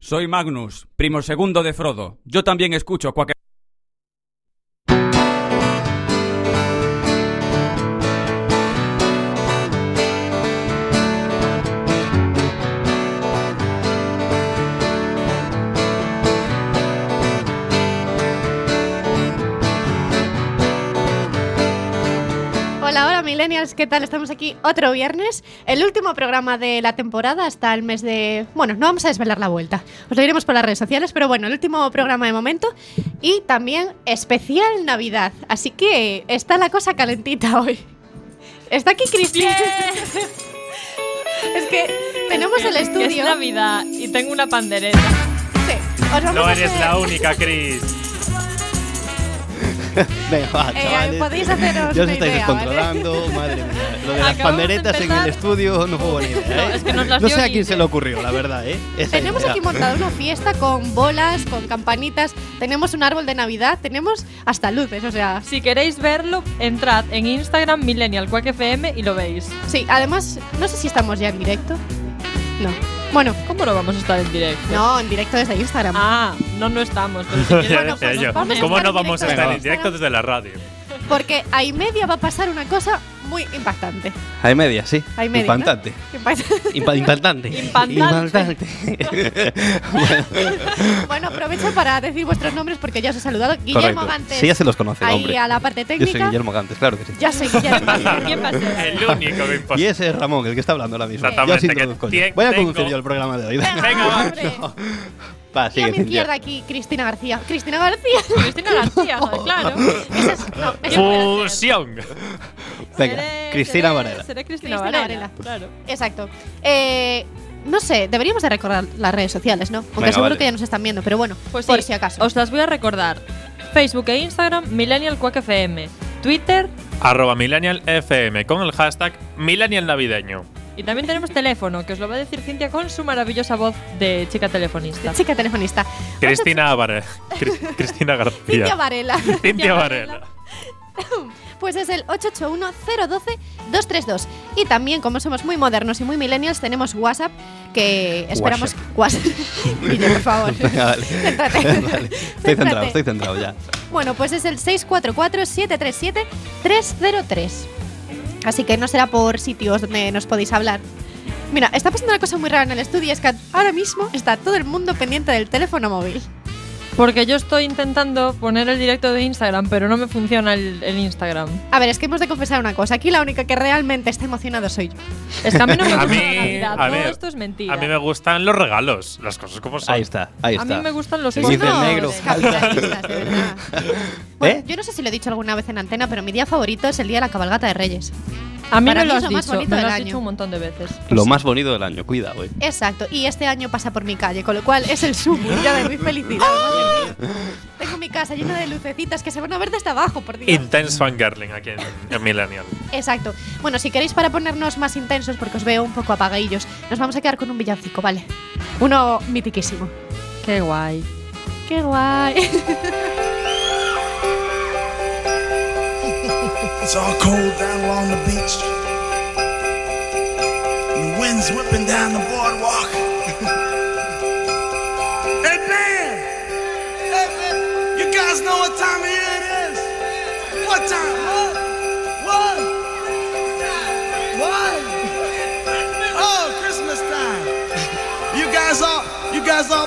Soy Magnus, primo segundo de Frodo. Yo también escucho cualquier... Hola, hola millennials, ¿qué tal? Estamos aquí otro viernes, el último programa de la temporada hasta el mes de... Bueno, no vamos a desvelar la vuelta, os lo diremos por las redes sociales, pero bueno, el último programa de momento y también especial Navidad, así que está la cosa calentita hoy. Está aquí Cristina. es que tenemos el Es estudio. Navidad y tengo una pandereta. Sí, os vamos No a eres hacer- la única, Chris. Venga, va, Eh, chavales. podéis haceros Ya os una estáis idea, ¿vale? descontrolando, madre mía. Lo de las Acabamos de panderetas en empezar. el estudio no fue buena idea, ¿eh? No, es que nos las No dio sé a quién Guille. se le ocurrió, la verdad, ¿eh? Esa Tenemos idea. aquí montada una fiesta con bolas, con campanitas, tenemos un árbol de Navidad, tenemos hasta luces, o sea, Si queréis verlo, entrad en Instagram Millennial Quack FM y lo veis. sí, además, no sé si estamos ya en directo. No. Bueno, ¿Cómo no vamos a estar en directo? no, en directo desde Instagram. Ah, no, no estamos. Pero si quieres, Ya bueno, decía pues nos Eh, yo. vamos a ¿Cómo estar no en vamos a directo estar en en directo Instagram? desde la radio? Porque a y media va a pasar una cosa muy impactante. Hay media, sí. Hay media, ¿no? Impactante. Impact- Impa- impactante. Impactante. bueno, aprovecho para decir vuestros nombres porque ya os he saludado. Guillermo Correcto. Gantes. Sí, ya se los conoce, ahí hombre. a la parte Yo soy técnica. Guillermo Gantes, claro que sí. Ya soy Guillermo. ¿Quién va a ser? El único que Y importa. ese es Ramón, el que está hablando ahora mismo. Exactamente, Ya os que introduzco yo. tien- Voy a tengo- conducir yo el programa de hoy. Venga, hombre. Va, Y a sigue, mi Cintia. izquierda aquí, Cristina García. Cristina García. Cristina García, joder, claro. Esa es- no, esa es- Fusión. Venga, Seré- Cristina seré- Varela. Seré Cristina, Cristina Varela. Varela. Claro. Exacto. Eh, no sé, deberíamos de recordar las redes sociales, ¿no? Porque Venga, seguro vale. que ya nos están viendo, pero bueno, Pues sí, por si acaso. Os las voy a recordar. Facebook e Instagram Millennial Quack FM. Twitter Arroba Millennial FM con el hashtag Millennial Navideño. y también tenemos teléfono, que os lo va a decir Cintia con su maravillosa voz de chica telefonista. Chica telefonista. Cristina Varela. Cristina Cintia García. Varela. Cintia Varela. Pues es el 881-012-232. Y también, como somos muy modernos y muy millennials, tenemos WhatsApp que esperamos. WhatsApp. Guille, por favor. Venga, vale. Céntrate. Vale. Estoy centrado, Céntrate. estoy centrado ya. Bueno, pues es el 644-737-303. Así que no será por sitios donde nos podéis hablar. Mira, está pasando una cosa muy rara en el estudio y es que ahora mismo está todo el mundo pendiente del teléfono móvil. Porque yo estoy intentando poner el directo de Instagram, pero no me funciona el, el Instagram. A ver, es que hemos de confesar una cosa. Aquí la única que realmente está emocionada soy yo. Es que a mí no me A gusta mí, la Navidad. a Todo ver, esto es mentira. A mí me gustan los regalos, las cosas como son. Ahí está, ahí A está. mí me gustan los Sí, Pues dice el no, negro. los capitalistas, de verdad. Bueno, ¿Eh? Yo no sé si lo he dicho alguna vez en antena, pero mi día favorito es el día de la cabalgata de Reyes. A mí Para me mí lo es has lo más dicho, bonito me lo del has año. dicho un montón de veces. Lo más bonito del año, cuidado, eh. Exacto, y este año pasa por mi calle, con lo cual es el sumo ya de mi felicidad. madre mía. Tengo mi casa llena de lucecitas que se van a ver desde abajo, por Dios. Intense fangirling aquí en, en Millennial. Exacto. Bueno, si queréis para ponernos más intensos, porque os veo un poco apagadillos, nos vamos a quedar con un villancico, ¿vale? Uno mitiquísimo. Qué guay. ¡Qué guay! It's all cold down along the beach. And the wind's whipping down the boardwalk. hey, man! Hey, man! You guys know what time of year it is? What time? What? What? What? Oh, Christmas time. you guys all, you guys all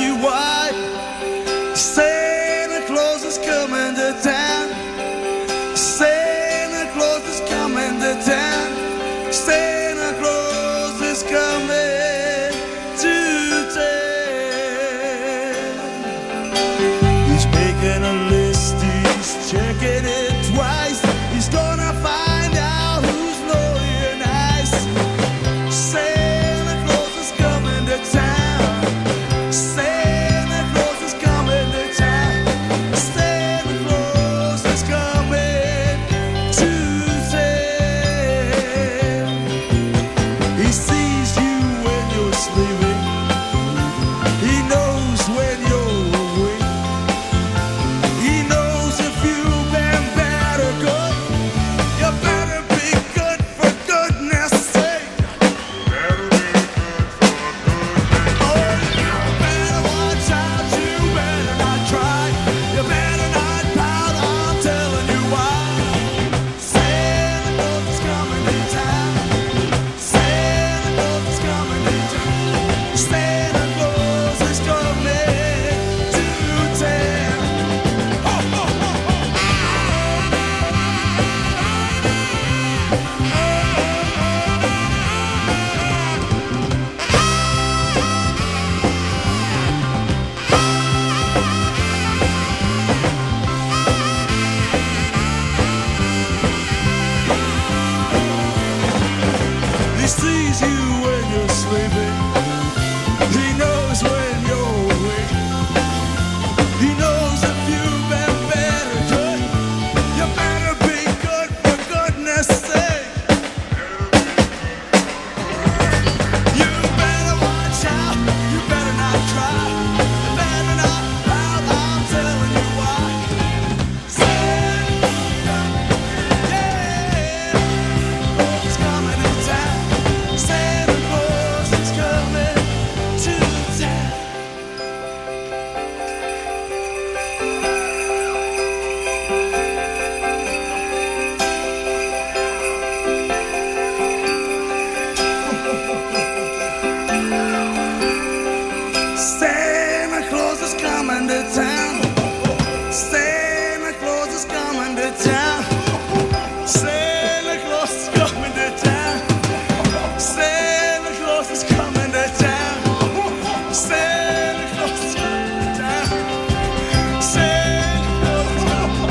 you why. Santa Claus is coming to town. Santa Claus is coming to town. Santa Claus is coming to town. He's making a list, he's checking it twice. He's gonna find out who's naughty and nice. Santa Claus is coming coming to town. Santa Claus is coming to town. Santa Claus is coming to town. Santa Claus is coming to town. Santa Claus is coming to town. Santa Claus is coming to town. Santa Claus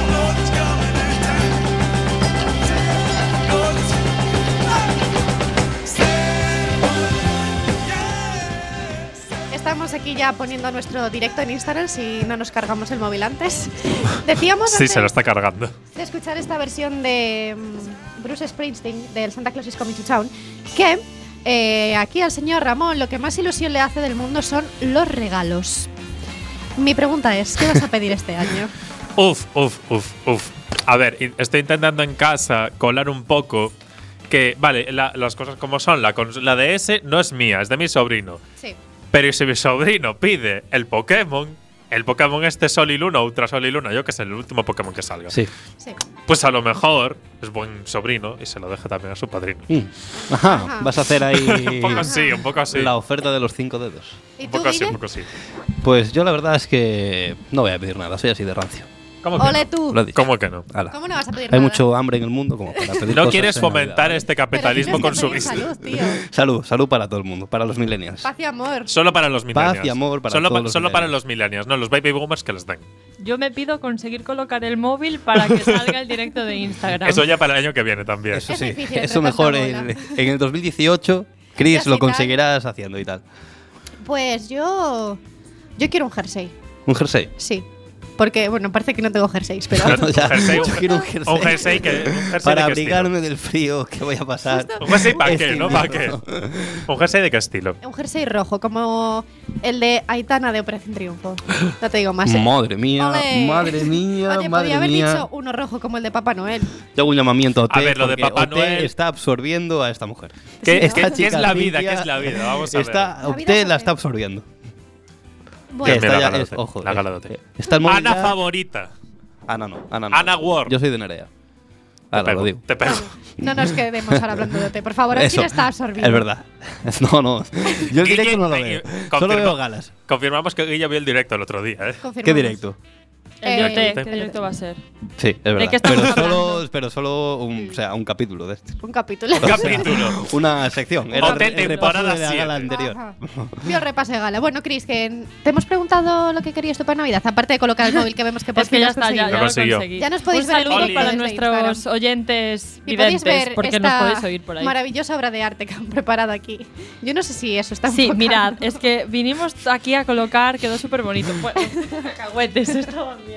is coming to town. Santa Claus is Estamos aquí ya poniendo nuestro directo en Instagram si no nos cargamos el móvil antes. Decíamos Sí, antes se lo está cargando. de escuchar esta versión de mm, Bruce Springsteen del Santa Claus is Coming to Town que eh, aquí al señor Ramón lo que más ilusión le hace del mundo son los regalos. Mi pregunta es, ¿qué vas a pedir este año? Uf, uf, uf, uf. A ver, in- estoy intentando en casa colar un poco que, vale, la- las cosas como son. La, cons- la DS no es mía, es de mi sobrino. Sí. Pero si mi sobrino pide el Pokémon, el Pokémon este Sol y Luna, Ultra Sol y Luna, yo que sé, el último Pokémon que salga. Sí. Sí. Pues a lo mejor es buen sobrino y se lo deja también a su padrino. Mm. Ajá, vas a hacer ahí Un poco así, un poco así. la oferta de los cinco dedos. ¿Y Un tú, poco así, un Guille? poco así. Pues yo la verdad es que no voy a pedir nada, soy así de rancio. ¿Cómo que Ole no? tú. Lo he dicho. ¿Cómo que no? Ala. ¿Cómo no vas a pedir nada? Hay mucho hambre en el mundo como para pedir No cosas quieres en ¿eh? Navidad. fomentar este Pero capitalismo tienes que pedir consumista. Salud, tío. Salud, salud para todo el mundo, para los millennials. Paz y amor. Solo para los millennials. amor para solo todos pa- los solo para millennials. los millennials, no los baby boomers que les den. Yo me pido conseguir colocar el móvil para que salga el directo de Instagram. Eso ya para el año que viene también. Eso Es sí, difícil eso entre mejor tanta bola. en, en el 2018, Chris, Casi lo tal. conseguirás haciendo y tal. Pues yo. Yo quiero un jersey, Un jersey. sí. Porque, bueno, parece que no tengo jerseys, pero. Claro. Un jersey, yo un- quiero un jersey. Un jersey que. Un jersey de qué para estilo? abrigarme del frío que voy a pasar. Un jersey Pues para qué, Este ¿no? ¿Para qué? invierno. Un jersey de qué estilo. Un jersey rojo, como el de Aitana de Operación Triunfo. No te digo más. ¿eh? Madre mía, Ole. madre mía, Oye, podía madre haber mía. dicho uno rojo como el de Papá Noel. Yo hago un llamamiento a OT A ver, lo de porque Papá OT Noel- está absorbiendo a esta mujer. ¿Qué, Esta qué- qué es chica la vida? limpia ¿Qué es la vida? Vamos a ver. Está, La OT vida es la OT. está absorbiendo. Bueno, Dios mío, Esta la ya gala es- de OT. ojo, La es- eh, gala de OT. Está el móvil Ana ya- favorita. Ana no, Ana no. Ana Ward. Yo soy de Nerea. Te Ahora pego. lo digo. Te pego. no nos quedemos ahora hablando de té. Por favor, ¿a Eso, quién está absorbiendo? Es verdad. No, no. Yo el Guille- directo no lo eh, veo. confirma- Solo veo galas. Confirmamos que Guilla vio el directo el otro día, ¿eh? Confirmamos. ¿Qué directo? El de Eh, OT, directo. ¿qué directo va a ser? Sí, es verdad. qué estamos pero, hablando? solo, pero solo un, o sea, un capítulo de este. Un capítulo. Un capítulo. Una sección. Era Hotel el el repaso temporada de la siete. gala anterior. Ajá. Yo repaso de gala. Bueno, Cris, que te hemos preguntado lo que querías tú para Navidad, aparte de colocar el móvil que vemos que por Es que fin ya has está, ya, Lo ya conseguido. lo consiguió. conseguí. Ya nos podéis Un ver el saludo vídeo para desde nuestros Instagram. oyentes Y podéis videntes, ver porque nos esta podéis oír por ahí. maravillosa obra de arte que han preparado aquí. Yo no sé si eso está Sí, enfocado. mirad, es que vinimos aquí a colocar, quedó súper bonito. Bueno, cacahuetes, estaban bien.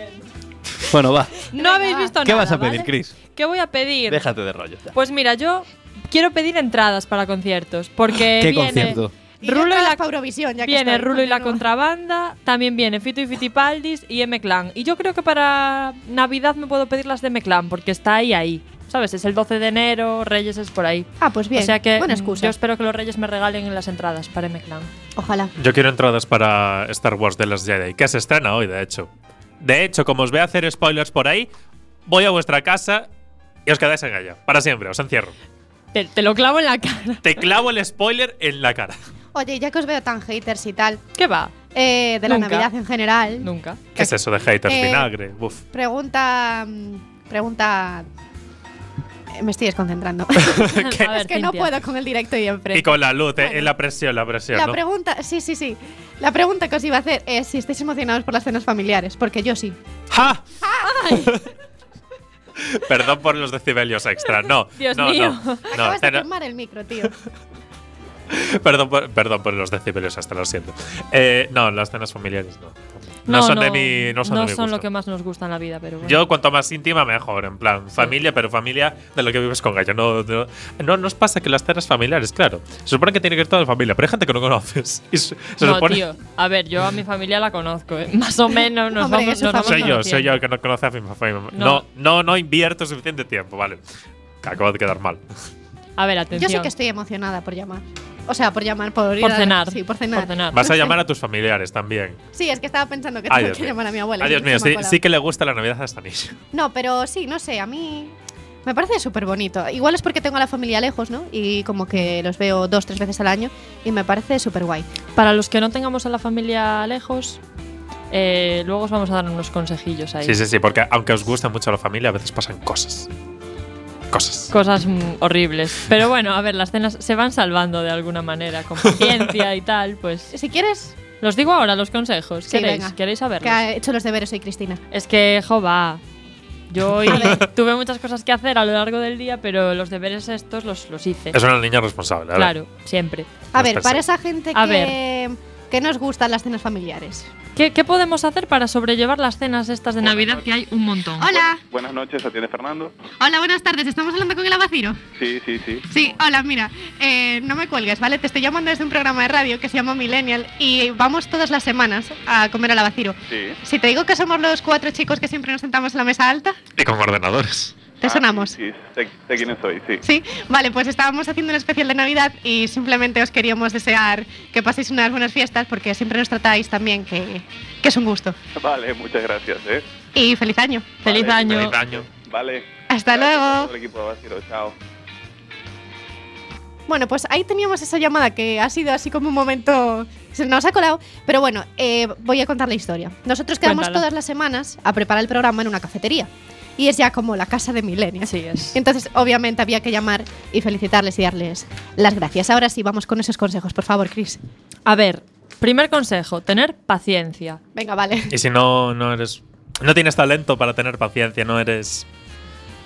Bueno, va. No habéis visto nada. ¿Qué vas a pedir, ¿vale? Chris? ¿Qué voy a pedir? Déjate de rollo. ya. Pues mira, yo quiero pedir entradas para conciertos, porque ¿Qué viene concierto? Y Rulo y entradas la- pa' Eurovisión, ya que Viene estoy. Rulo y la Continúa. Contrabanda, también viene Fito y Fitipaldis y M-Clan. Y yo creo que para Navidad me puedo pedir las de M-Clan, porque está ahí, ahí. ¿Sabes? Es el 12 de enero, Reyes es por ahí. Ah, pues bien. o sea que Buena mm, excusa. yo espero que los Reyes me regalen las entradas para M-Clan. Ojalá. Yo quiero entradas para Star Wars de las Jedi, que se estrena hoy, de hecho. De hecho, como os voy a hacer spoilers por ahí, voy a vuestra casa y os quedáis en ella. Para siempre, os encierro. Te, te lo clavo en la cara. Te clavo el spoiler en la cara. Oye, ya que os veo tan haters y tal, ¿Qué va? eh, de la Nunca. Navidad en general, Nunca. ¿Qué es eso de haters? Eh, Vinagre. Uf. pregunta. mm, Pregunta. eh, Me estoy desconcentrando. A ver, es que no Cintia. puedo con el directo y enfrente. Y con la luz, eh, en la presión, la presión. La ¿no? pregunta, sí, sí, sí. La pregunta que os iba a hacer es si estáis emocionados por las cenas familiares, porque yo sí. ¡Ja! Perdón por los decibelios extra. No, Dios no, mío. no. no Acabas de cena- quemar el micro, tío. perdón, por, perdón por los decibelios extra, lo siento. Eh, no, las cenas familiares no. No, No, son de no, mi. No son, de no mi son gusto. lo que más nos gusta en la vida, pero bueno. Yo, cuanto más íntima, mejor. En plan, familia, pero familia de lo que vives con gallo. No, no, no nos pasa que las cenas familiares, claro. Se supone que tiene que ir toda la familia, pero hay gente que no conoces. Y se, se no, supone. tío. A ver, yo a mi familia la conozco, ¿eh? Más o menos nos Hombre, vamos eso nos vamos Soy yo, soy conociendo. yo el que no conoce a mi familia. No, No. no, no invierto suficiente tiempo, vale. Que Acabo de quedar mal. A ver, Yo atención. sí que estoy emocionada por llamar. O sea, por llamar, por, ir Por a- cenar. Sí, por cenar. Vas a llamar a tus familiares también. Sí, es que estaba pensando que Ay, tengo Dios que mío. llamar a mi abuela. Ay, y Dios no se mío, me ha sí, colado. sí que le gusta la Navidad a esta niña. No, pero sí, no sé, a mí Me parece súper bonito. Igual es porque tengo a la familia lejos, ¿no? Y como que los veo dos, tres veces al año y me parece súper guay. Para los que no tengamos a la familia lejos, eh, luego os vamos a dar unos consejillos ahí. Sí, sí, sí, porque aunque os gusta mucho la familia, a veces pasan cosas. Cosas. Cosas mm, horribles. Pero bueno, a ver, las cenas se van salvando de alguna manera, con paciencia y tal, pues. Si quieres, Los digo ahora los consejos. Sí, ¿Queréis? venga. ¿Queréis que saberlos? ha hecho los deberes hoy, Cristina. Es que, jova. Yo hoy A ver. tuve muchas cosas que hacer a lo largo del día, pero los deberes estos los, los hice. Es una niña responsable. a ver. Claro, siempre. A Las ver, para personas. esa gente A que, que nos gustan las cenas familiares. ¿Qué, qué podemos hacer para sobrellevar las cenas estas de Buenas Navidad? noches. Que hay un montón. Hola, Buenas noches, atiende Fernando. hola, buenas tardes. ¿Estamos hablando con el abaciro? Sí, sí, sí. Sí, hola, mira, eh, no me cuelgues, ¿vale? Te estoy llamando desde un programa de radio que se llama Millennial y vamos todas las semanas a comer al abaciro. Sí. Si te digo que somos los cuatro chicos que siempre nos sentamos en la mesa alta, Y con ordenadores. ¿te Ah, sonamos? Sí, sí, sé, sé quién soy, sí. Sí, vale, pues estábamos haciendo un especial de Navidad y simplemente os queríamos desear que paséis unas buenas fiestas porque siempre nos tratáis también, que, que es un gusto. Vale, muchas gracias, ¿eh? Y feliz año. Feliz Vale, año. Feliz año. Vale. Hasta Gracias a luego. todo el equipo de Vacilo, chao. Bueno, pues ahí teníamos esa llamada que ha sido así como un momento. Se nos ha colado. Pero bueno, eh, voy a contar la historia. Nosotros quedamos Cuéntala. todas las semanas a preparar el programa en una cafetería. Y es ya como la casa de milenios. Sí, es. Entonces, obviamente, había que llamar y felicitarles y darles las gracias. Ahora sí, vamos con esos consejos, por favor, Chris. A ver, primer consejo, tener paciencia. Venga, vale. Y si no, no eres. No tienes talento para tener paciencia, no eres.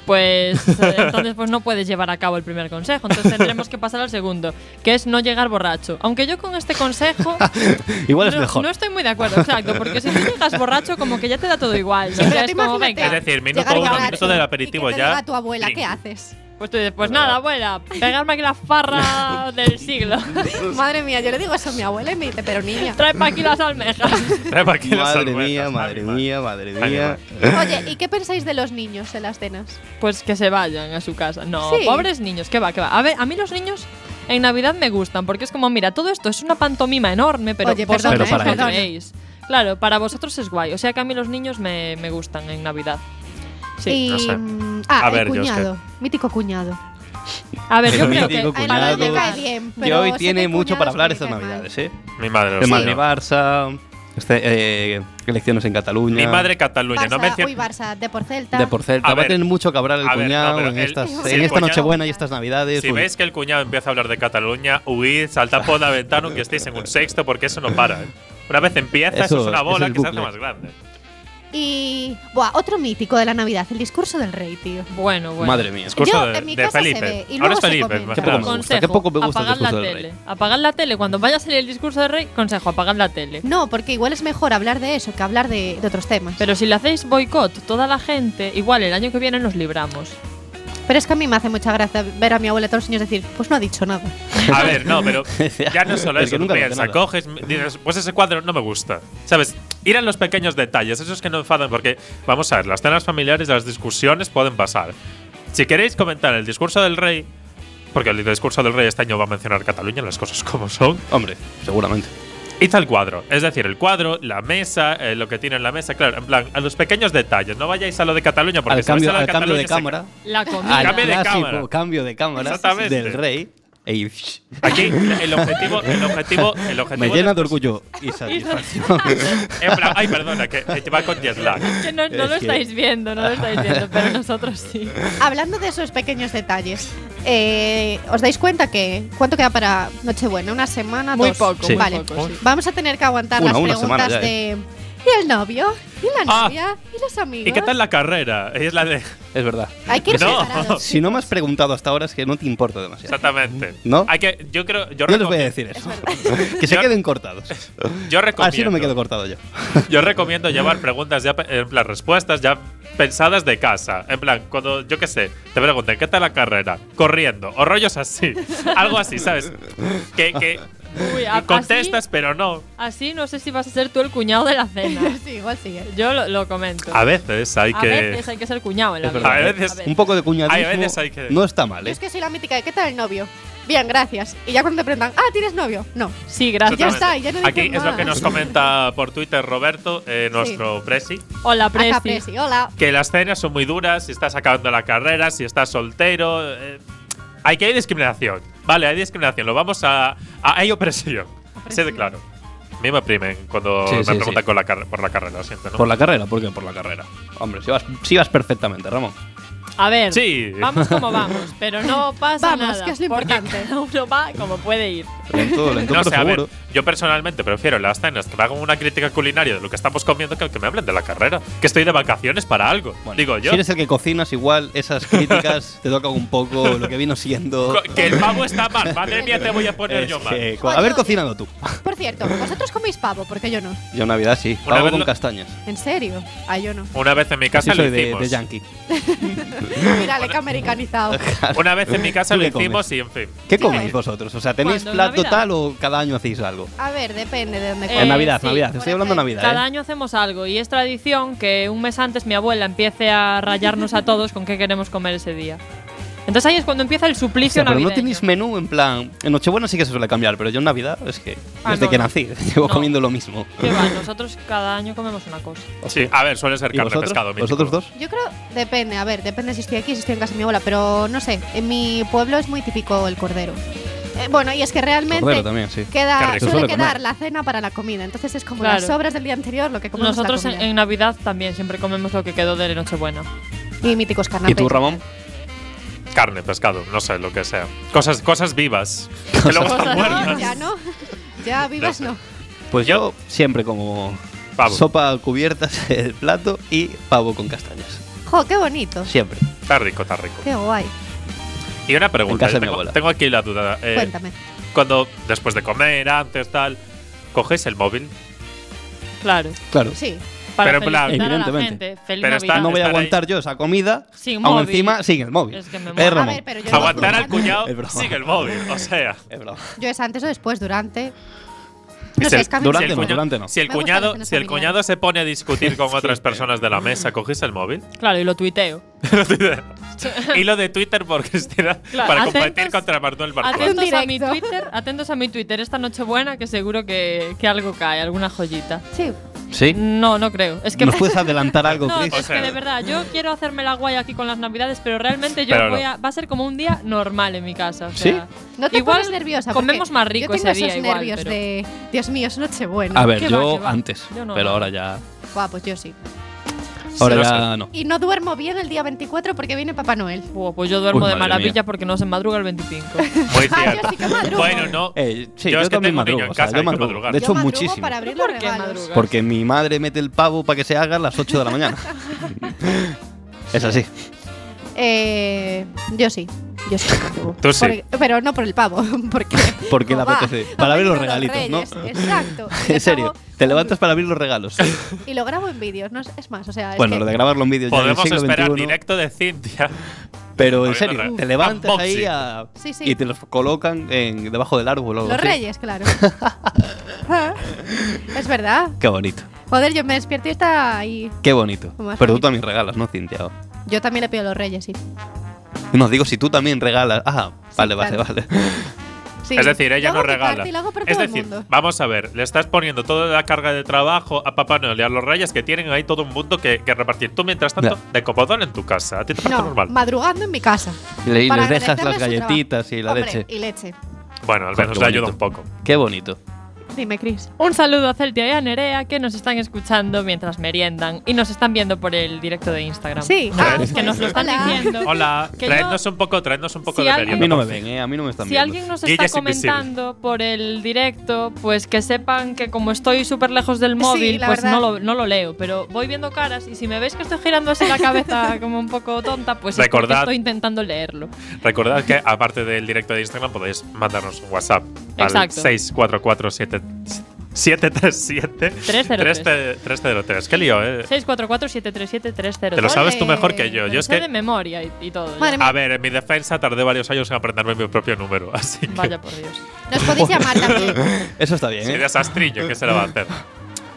Pues eh, entonces pues no puedes llevar a cabo el primer consejo, entonces tendremos que pasar al segundo, que es no llegar borracho. Aunque yo con este consejo Igual Pues, es no, mejor. no estoy muy de acuerdo, exacto, porque si tú llegas borracho como que ya te da todo igual. ¿no? Pero Ya tú es como, imagínate venga, Es decir, minuto llegar uno, borracho minuto del y aperitivo que te ya. diga tu abuela, ¿qué Drink. haces? Pues tú dices, pues nada, abuela, pegarme aquí la farra del siglo. Madre mía, yo le digo eso a mi abuela y me dice, pero niña. Trae pa' aquí las almejas. Trae pa' aquí las Madre almejas, mía, madre animal. mía, madre Animal. mía. Oye, ¿y qué pensáis de los niños en las cenas? Pues que se vayan a su casa. No, Sí. pobres niños, que va, que va. A ver, a mí los niños en Navidad me gustan porque es como, mira, todo esto es una pantomima enorme, pero Oye, por perdona, dónde ¿eh? Pero para os lo ellos. creéis. Claro, para vosotros es guay. O sea que a mí los niños me, me gustan en Navidad. Sí. Y, no sé. mm, Ah, A el ver, yo es que- cuñado. Mítico cuñado. A ver, yo creo que. Mítico Ay, no me cuñado. cae bien, Y pero hoy sé que tiene el cuñado mucho para es hablar que estas me cae navidades, ¿eh? Mi madre. El lo Madrid sabe. Barça, este, eh, elecciones en Cataluña. Mi madre Cataluña. mal. no Barça, mencio- uy, Barça, de por Celta. De por Celta. A Va a ver. tener mucho que hablar el A ver, no, cuñado pero en, el- estas, si en el esta cuñado- Nochebuena y estas Navidades. Si uy. veis que el cuñado empieza a hablar de Cataluña, huid, saltad por la ventana que estéis en un sexto, porque eso no para. ¿eh? Una vez empieza, eso, Eso, es una bola es el que se hace bucle. más grande. Y. Buah, otro mítico de la Navidad, el discurso del rey, tío. Bueno, bueno. Madre mía. Discurso Yo, de, en mi de casa se Felipe. ve, y Ahora luego es se Felipe. comenta. más Qué poco claro. me gusta, Consejo, qué poco me gusta el apagad la discurso del tele. rey. Apagad la tele. Cuando vayas a leer el discurso del rey, consejo, apagad la tele. No, porque igual es mejor hablar de eso que hablar de, de otros temas. Pero, Pero si le hacéis boicot toda la gente, igual el año que viene nos libramos. es que a mí me hace mucha gracia ver a mi abuela todos los años decir, pues no ha dicho nada. A ver, no, pero ya no es solo El que eso. tú nunca dice piensa, nada. coges, dices, pues ese cuadro no me gusta. ¿Sabes? Ir a los pequeños detalles, esos que no enfadan, porque, vamos a ver, las cenas familiares, las discusiones pueden pasar. Si queréis comentar el discurso del rey, porque el discurso del rey este año va a mencionar Cataluña, las cosas como son, Hombre, seguramente. Hizo el cuadro, es decir, el cuadro, la mesa, eh, lo que tiene en la mesa, claro, en plan, a los pequeños detalles, no vayáis a lo de Cataluña porque Al si vais cambio, a lo de al cambio de Cataluña cámara. La Al comida. Cambio de clásico cámara. cambio de cámara Exactamente. del rey. Ey, shh, se- Aquí el objetivo, el objetivo, el objetivo me llena de del- orgullo y satisfacción. En plan, ay, perdona, que que te va con jet lag. Que no, no Es lo que- estáis viendo, no lo estáis viendo, pero nosotros sí. Hablando de esos pequeños detalles, eh, ¿os dais cuenta que cuánto queda para Nochebuena? ¿Una semana? Muy dos? poco, Sí. muy Vale. poco. sí. Vamos a tener que aguantar Una, las una semana preguntas ya, eh. de. ¿Y el novio? ¿Y la Ah. novia? ¿Y los amigos? ¿Y qué tal la carrera? Ella es la de. es verdad. Hay que ir No. preparados. Si no me has preguntado hasta ahora es que no te importa demasiado. Exactamente. ¿No? Hay que, yo creo. Yo, No les voy a recom- decir eso. que se Yo- queden cortados. yo recomiendo. Así no me quedo cortado yo. Yo recomiendo llevar preguntas ya, pe- en plan, respuestas ya pensadas de casa. En plan, cuando, yo qué sé, te pregunten, ¿qué tal la carrera? Corriendo, o rollos así. Algo así, ¿sabes? Que, que Uy, a- contestas, pero no. Así, así no sé si vas a ser tú el cuñado de la cena. sí, eh. igual sigue. Yo lo, lo comento. A veces hay A que. veces hay que ser cuñado en la Es vida. ¿eh? verdad. A veces- Un poco de cuñadismo Hay veces hay que- no está mal, Yo ¿eh? es que soy la mítica de ¿qué tal el novio? Bien, gracias. Y ya cuando te preguntan, ah, ¿tienes novio? No. Sí, gracias. Ya está, ya no dices Aquí es lo nada. que nos comenta por Twitter Roberto, eh, nuestro presi, Hola, Acá, Presti. Presi, hola. que las cenas son muy duras, si estás acabando la carrera, si estás soltero. eh, hay que hay discriminación. Vale, hay discriminación, lo vamos a. a- hay opresión. Se de claro. A mí me oprimen cuando Sí, me sí, preguntan sí. con la carre- por la carrera, lo siento, ¿no? ¿Por la carrera? ¿Por qué por la carrera? Hombre, si vas, si vas perfectamente, Ramón. A ver, Sí. vamos como vamos, pero no pasa Vamos, nada. que es lo porque importante. cada uno va como puede ir. Lento, lento, No pero sé, a ver, seguro. yo personalmente prefiero en las cenas que me hagan una crítica culinaria de lo que estamos comiendo que que me hablen de la carrera. Que estoy de vacaciones para algo, Bueno, digo yo. Si eres el que cocinas, igual esas críticas te tocan un poco lo que vino siendo. Co- Que el pavo está mal, madre mía, te voy a poner Es yo mal. que cu- a ver, cocinado tú. Por cierto, vosotros coméis pavo, porque yo no. Yo en Navidad sí. Una Pavo vez con lo- castañas. En serio. Ah, yo no. Una vez en mi casa Yo lo soy de, hicimos. de yankee. Mira, le que americanizado. Una vez en mi casa ¿Tú lo qué comes? hicimos y en fin. ¿Qué Sí. coméis vosotros? O sea, ¿tenéis ¿Cuándo? ¿En plato Navidad? tal o cada año hacéis algo? A ver, depende de dónde Eh, en Navidad, sí, Navidad. Estoy por hablando de ahí. Navidad. Cada ¿eh? año hacemos algo y es tradición que un mes antes mi abuela empiece a rayarnos a todos con qué queremos comer ese día. Entonces ahí es cuando empieza el O sea, suplicio pero navideño. no tenéis menú en plan. En Nochebuena sí que se suele cambiar, pero yo en Navidad es que Ah, desde no, que no. nací llevo No. comiendo lo mismo. ¿Qué va? Nosotros cada año comemos una cosa. Sí, a ver, suele ser ¿Y carne vosotros? pescado. mítico. ¿Vosotros dos? Yo creo, depende, a ver, depende si estoy aquí, si estoy en casa de mi abuela, pero no sé, en mi pueblo es muy típico el cordero. Eh, bueno, y es que realmente Cordero también, sí. Qué queda, suele rico. Suele comer. quedar la cena para la comida, entonces es como Claro. las sobras del día anterior lo que comemos en la Nosotros en, comida. en Navidad también siempre comemos lo que quedó de Nochebuena. Y míticos canapés. ¿Y tú, Ramón? Carne, pescado, no sé, lo que sea. Cosas, cosas vivas. que luego están No, muertas. Ah, ya no, ya vivas no. Pues yo siempre como Pavo. sopa cubiertas el plato y pavo con castañas. Jo, qué bonito, Siempre. Está rico, está rico. qué guay, Y una En pregunta. casa yo de mi tengo, abuela. tengo aquí la duda. eh, cuéntame. cuando, después de comer, antes, tal, ¿cogéis el móvil? Claro. Claro. Sí, Para Pero en plan- felicitar a la Evidentemente. gente. Feliz Pero está- Navidad. No voy a estar ahí. aguantar yo esa comida, Sin aún móvil. encima sin el móvil. Es que me Eh, muero. a Ramón. ver, pero yo Aguantar al no, cuñado Es broma. sigue el móvil. O sea. Es broma. Yo es antes o después, durante. Y No si sé, el- es que a mí- durante si el no, cuña- durante no. Si el, Me gustan las cuñado, cenas si el familiares. cuñado se pone a discutir con otras personas de la mesa, ¿cogéis el móvil? Claro, y lo tuiteo. Hilo de Twitter por Cristina Claro, para atentos- competir contra Manuel Martín. Atentos a, mi directo. Twitter, atentos a mi Twitter esta Nochebuena que seguro que, que algo cae, alguna joyita. Sí, ¿Sí? No, no creo. Es que ¿Nos puedes adelantar algo, No, Chris? O es sea- que de verdad, yo quiero hacerme la guay aquí con las navidades, pero realmente yo Pero no. voy a, va a ser como un día normal en mi casa. o sea, no te igual pones nerviosa. porque Comemos más rico Yo tengo ese día esos igual, nervios pero- de, Dios mío, es Nochebuena. A ver, ¿Qué va, yo qué va? antes, Yo no, pero no. ahora ya, Buah, pues yo sí. ahora no ya no. Y no duermo bien el día 24 porque viene Papá Noel. Buah, pues yo duermo Uy, de madre maravilla mía. porque no se madruga el 25. Muy Ah, cierto. yo sí que madrugo. Bueno, no. Eh, sí, yo yo, es que tengo también un madrugo, niño en o sea, casa, yo hay que madrugo. madrugar. De Yo hecho, madrugo muchísimo. para abrir los ¿Por qué regalos. madrugas? Porque mi madre mete el pavo para que se haga a las 8 de la mañana. es así. Eh, yo sí. Yo sí. que madrugo. Tú sí. Porque- pero no por el pavo, porque Porque le no va. apetece. Han Para ver los venido regalitos, ¿no? Reyes, Exacto. Y En les serio, hago te un- levantas para abrir los regalos. y lo grabo en vídeos, no es, es más, o sea, es bueno, que- lo de grabarlo en vídeo ya en el Podemos siglo esperar XXI, directo de Cintia. Pero en Abriendo serio, regalos. te levantas ahí Unboxing. a- Sí, sí. y te los colocan en, debajo del árbol o algo los así. Reyes, claro. Ah, es verdad. Qué bonito, Joder, yo me despierto y está ahí. qué bonito. Como más Pero tú bonito. también regalas, ¿no, Cintia? Yo también le pido a los Reyes, sí. No, digo, si tú también regalas. Ah, Sí, vale, claro. vale, vale. Sí. Es decir, ella Lo hago por no parte regala. y lo hago por Es todo el decir, mundo. vamos a ver, le estás poniendo toda la carga de trabajo a Papá Noel y a los Reyes que tienen ahí todo un mundo que, que repartir. Tú, mientras tanto, Ya. de copodón en tu casa. A ti te parece No, normal. madrugando en mi casa. Y le- y Para les dejas agradecerle las su trabajo. galletitas y la Hombre, leche. Y leche. Bueno, al Joder, menos qué le ayuda bonito. un poco. Qué bonito. Dime, Chris. Un saludo a Celtia y a Nerea que nos están escuchando mientras meriendan y nos están viendo por el directo de Instagram. Sí, Joder, ah, es Que nos lo pues, están hola. diciendo. Hola, Que traednos yo- un poco, traednos un poco si de alguien- A merienda. mí no por me ven, ¿eh? A mí no me están Si viendo. alguien nos Guille está es invisible. comentando por el directo, pues que sepan que como estoy súper lejos del móvil, la pues verdad. no lo, no lo leo, pero voy viendo caras y si me veis que estoy girando así la cabeza como un poco tonta, pues es porque Recordad- estoy intentando leerlo. Recordad que aparte del directo de Instagram podéis mandarnos un WhatsApp al Exacto. 303. 644-703-303. Qué lío, ¿eh? 644-737-302. Te lo sabes tú mejor que yo. Me Yo lo es sé que, de memoria y, y todo. ya. Madre mía. a ver, en mi defensa tardé varios años en aprenderme mi propio número. Así que, Vaya por Dios. Nos podéis llamar también. Eso está bien, sí, ¿eh? desastrillo que se le va a hacer.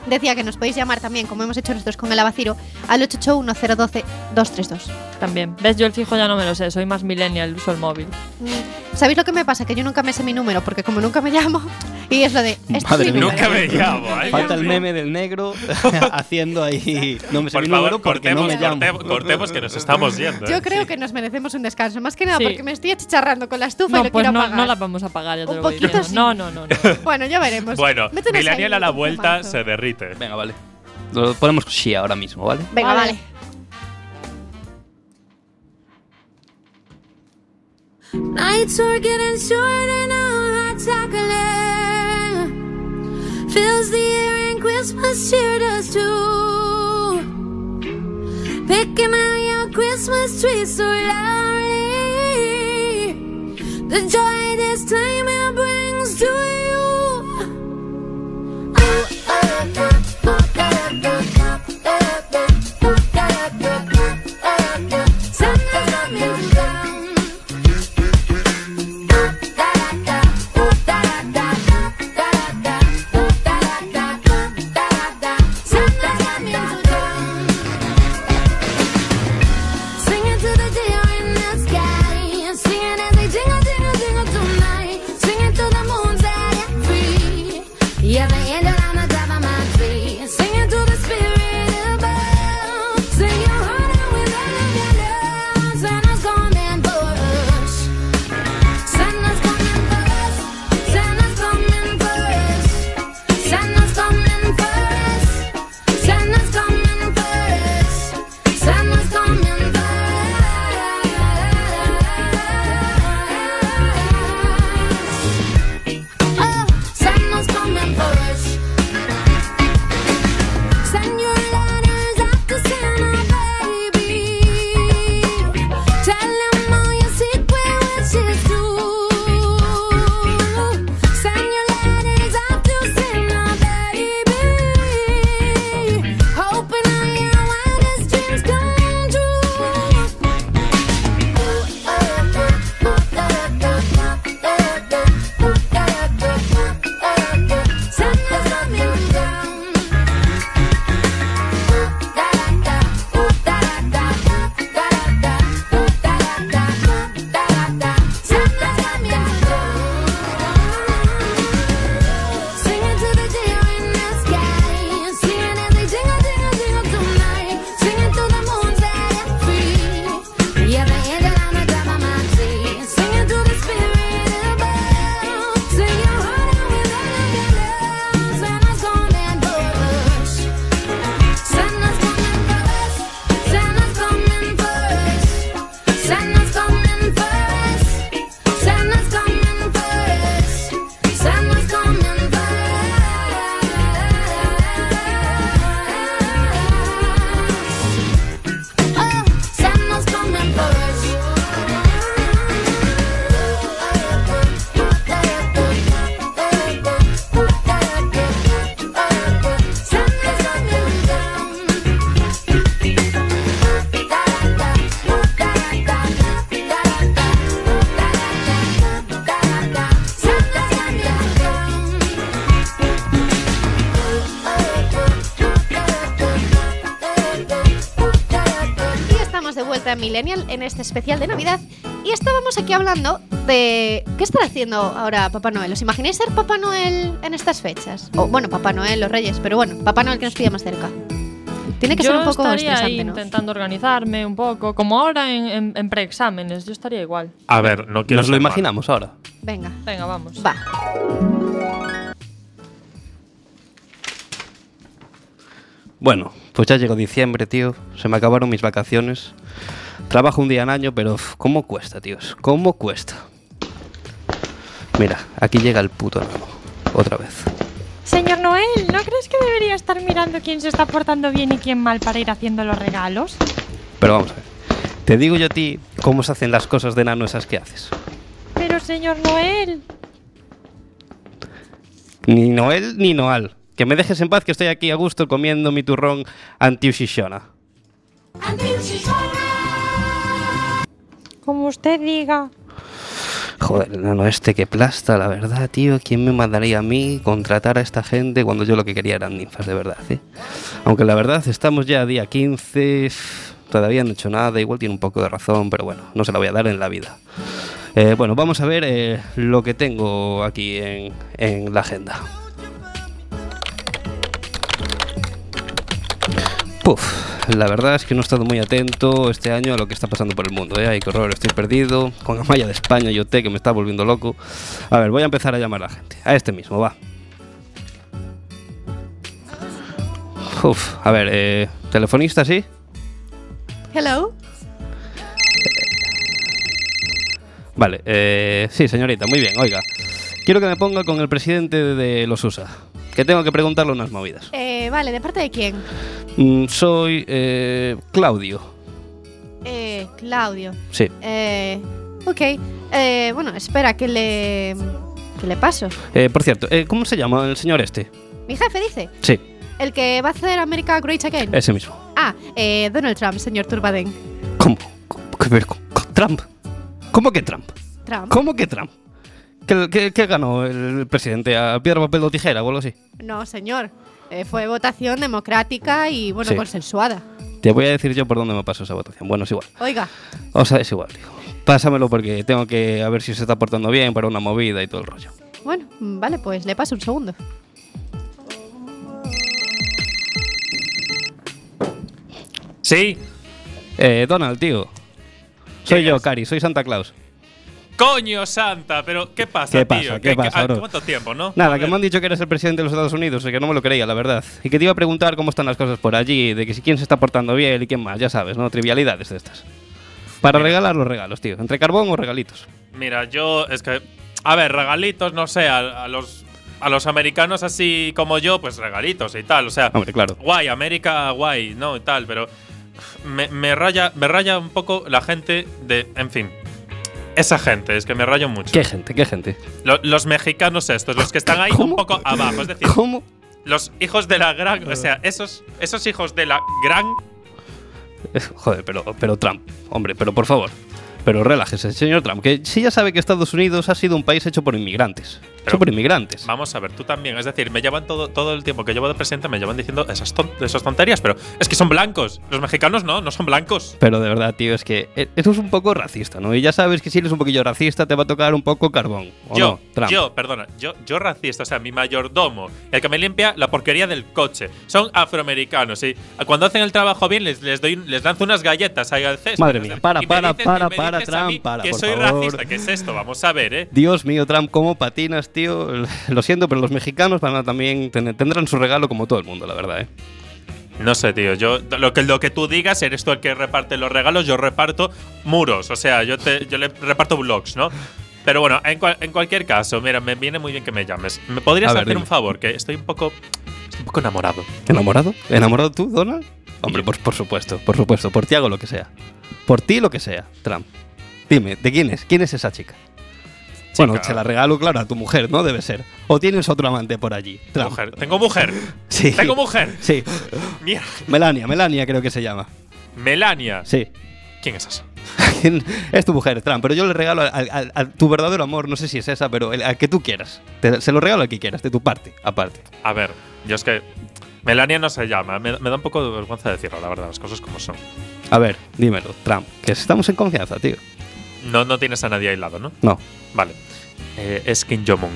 Decía que nos podéis llamar también, como hemos hecho nosotros con el Abaciro, al 881-012-232. También. ¿Ves? Yo el fijo ya no me lo sé, soy más millennial, uso el móvil. Mm, ¿Sabéis lo que me pasa? Que yo nunca me sé mi número, porque como nunca me llamo, y es lo de. Este Madre es mi mía. número. Nunca me llamo. ay, Falta el Dios mío. meme del negro haciendo ahí. No me sé Por mi favor, número porque cortemos, no me llamo. corte- cortemos que nos estamos yendo. Yo eh. creo Sí. que nos merecemos un descanso, más que nada Sí. porque me estoy achicharrando con la estufa y No, lo pues quiero no, apagar. no la vamos a pagar, ya te Un lo voy poquito diciendo. sí. No, no, no. no. Bueno, ya veremos. Bueno, Métenos ahí Millennial a la un vuelta temazo. se derrite. Venga, vale. Lo ponemos sí ahora mismo, ¿vale? Venga, Vale. vale. Nights are getting shorter now, hot chocolate fills the air and Christmas cheer does too. Picking out your Christmas tree so loudly, the joy this time it brings to you. Oh, oh, oh, oh, oh, oh, oh, oh, oh, oh, oh, oh, oh, oh. Santa's coming down. Yeah, the angel on the top of my tree, singing to the spirit above. Sing your heart out with all of your love. Santa's coming for us. Santa's coming for us. Santa's coming for us. Santa's coming for us. Santa's coming for us. Santa's coming for us. Oh, Santa's coming for us. Send your letters out to Santa, baby. Tell him all your secret wishes too. Send your letters out to Santa, baby. Hoping all your wildest dreams come true. Santa's coming down. oh, oh. Singing to the spirit above, sing your heart out with all of your love. Santa's coming for us. Santa's coming for us. Santa's coming for us. Santa's coming for us. Santa's coming for us. Santa's coming for us. Oh, Santa's coming for us. Santa's coming down. Y estamos de vuelta en Millennial en este especial de Navidad. Y estábamos aquí hablando de. ¿Qué estará haciendo ahora Papá Noel? ¿Os imagináis ser Papá Noel en estas fechas? O bueno, Papá Noel, los Reyes, pero bueno, Papá Noel que nos pilla más cerca. Tiene que yo ser un poco estaría estresante, ahí ¿no? intentando organizarme un poco, como ahora en, en- en preexámenes, yo estaría igual. A ver, no quiero. Nos lo ser malo. imaginamos ahora. Venga, Venga, vamos. va. Bueno, pues ya llegó diciembre, tío. Se me acabaron mis vacaciones. Trabajo un día al año, pero uf, ¿cómo cuesta, tíos? ¿Cómo cuesta? Mira, aquí llega el puto nabo. Otra vez. Señor Noel, ¿no crees que debería estar mirando quién se está portando bien y quién mal para ir haciendo los regalos? Pero vamos a ver. Te digo yo a ti cómo se hacen las cosas de nano esas que haces. Pero, señor Noel, Ni Noel ni Noal. Que me dejes en paz que estoy aquí a gusto comiendo mi turrón antiushishona. como usted diga. Joder, el nano este que plasta, la verdad, tío. ¿Quién me mandaría a mí contratar a esta gente cuando yo lo que quería eran ninfas, de verdad, eh? Aunque la verdad, estamos ya a día 15. Todavía no he hecho nada, igual tiene un poco de razón, pero bueno, no se la voy a dar en la vida. Eh, bueno, vamos a ver eh, lo que tengo aquí en, en la agenda. Puf, la verdad es que no he estado muy atento este año a lo que está pasando por el mundo. ¿eh? Ay, qué horror, estoy perdido. Con Amaya de España, yo te que me está volviendo loco. A ver, voy a empezar a llamar a la gente. A este mismo, va. Uf, a ver, eh, telefonista, sí. Hello. Vale, eh, sí, señorita, muy bien, oiga. Quiero que me ponga con el presidente de los USA, que tengo que preguntarle unas movidas. Eh, vale, ¿de parte de quién? Mm, soy eh, Claudio, Eh, Claudio. sí. Eh, ok. Eh, bueno, espera, que le. que le paso. Eh, por cierto, eh, ¿cómo se llama el señor este? Mi jefe dice: Sí, el que va a hacer América Great Again. ese mismo. Ah, eh, Donald Trump, señor Turbaden. ¿Cómo? ¿Cómo que ver con, con Trump? ¿Cómo que Trump? Trump. ¿Cómo que Trump? ¿Qué, qué- qué ganó el presidente? ¿A piedra, papel o tijera o algo así? No, señor. Eh, fue votación democrática y, bueno, Sí. consensuada. Te voy a decir yo por dónde me pasó esa votación. Bueno, es igual. Oiga, O sea, es igual, tío. Pásamelo porque tengo que a ver si se está portando bien para una movida y todo el rollo. bueno, mm, vale, pues le paso un segundo. Sí. Eh, Donald, tío. Soy ¿Quién yo, es? Cari, soy Santa Claus. Coño santa, pero ¿qué pasa, ¿Qué tío? pasa? ¿Qué pasa, ah, bro? ¿Cuánto tiempo, no? Nada, que me han dicho que eres el presidente de los Estados Unidos y que no me lo creía, la verdad. Y que te iba a preguntar cómo están las cosas por allí, de que si quién se está portando bien y quién más, ya sabes, ¿no? Trivialidades de estas. Para regalar los regalos, tío. Entre carbón o regalitos. Mira, yo es que a ver, regalitos, no sé, a, a los a los americanos así como yo, pues regalitos y tal, o sea, Hombre, claro. guay, América, guay, no y tal, pero me, me raya me raya un poco la gente de, en fin, esa gente, es que me rayo mucho. Qué gente, qué gente. Lo- los mexicanos estos, los que están ahí ¿Cómo? un poco abajo, es decir, ¿Cómo? Ah. los hijos de la gran, o sea, esos esos hijos de la gran Eh, Joder, pero, pero Trump, hombre, pero por favor. Pero relájese, señor Trump, que sí ya sabe que Estados Unidos ha sido un país hecho por inmigrantes. Pero- hecho por inmigrantes. Vamos a ver, tú también. Es decir, me llevan todo, todo el tiempo que llevo de presente, me llevan diciendo esas, ton- esas tonterías, pero es que son blancos. Los mexicanos no, no son blancos. Pero de verdad, tío, es que e- eso es un poco racista, ¿no? Y ya sabes que si eres un poquillo racista te va a tocar un poco carbón. ¿o Yo, no, Trump? yo, perdona, yo, yo racista, o sea, mi mayordomo, el que me limpia la porquería del coche, son afroamericanos y cuando hacen el trabajo bien les, les doy, les lanzo unas galletas ahí al cesto. Madre Es mía, decir, para, y me para, dices- para, y me para, dices a mí Trump, para, Que por soy favor. racista, ¿qué es esto? Vamos a ver, ¿eh? Dios mío, Trump, cómo patinas, tío. Lo siento, pero los mexicanos van a también ten- tendrán su regalo como todo el mundo, la verdad, ¿eh? No sé, tío. Yo lo que, lo que tú digas, eres tú el que reparte los regalos, yo reparto muros. O sea, yo te, yo le reparto blogs, ¿no? Pero bueno, en, cual- en cualquier caso, mira, me viene muy bien que me llames. ¿Me podrías A ver, hacer dime. un favor? Que estoy un poco. Estoy un poco enamorado. ¿Enamorado? ¿Enamorado tú, Donald? Hombre, por, por supuesto, por supuesto. Por ti hago lo que sea. Por ti lo que sea, Trump. Dime, ¿de quién es? ¿Quién es esa chica? Bueno, Chica. se la regalo, claro, a tu mujer, ¿no? Debe ser. O tienes otro amante por allí. Trump. Mujer. Tengo mujer. Sí. Tengo mujer. Sí. Mira. Melania, Melania creo que se llama. Melania. Sí. ¿Quién es esa? es tu mujer, Trump, pero yo le regalo al- al- a tu verdadero amor, no sé si es esa, pero el, al que tú quieras. Te- se lo regalo al que quieras, de tu parte, aparte. A ver, yo es que. Melania no se llama. Me, me da un poco de vergüenza decirlo, la verdad, las cosas como son. A ver, dímelo, Trump, que estamos en confianza, tío. No, no tienes a nadie aislado, ¿no? No, Vale. Eh, es Kim Jong-un.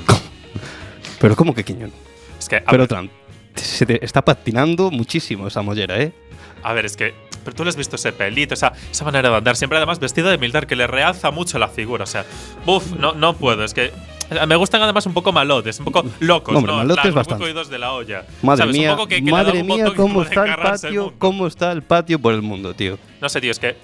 pero ¿cómo que Quiñón? Es que. a Pero ver, Trump, se te está patinando muchísimo esa mollera, ¿eh? A ver, es que. Pero tú le has visto ese pelito, esa, esa manera de andar, siempre además vestido de militar, que le realza mucho la figura. O sea, buf, no, no puedo, es que. eh, Me gustan además un poco malotes, un poco locos, Hombre, ¿no? En malotes plan, un poco bastante. idos de la olla. Madre ¿Sabes? Un mía, poco que- que le da madre un mía, botón y cómo puede está el cargarse patio, mundo. cómo está el patio por el mundo, tío. No sé, tío, es que.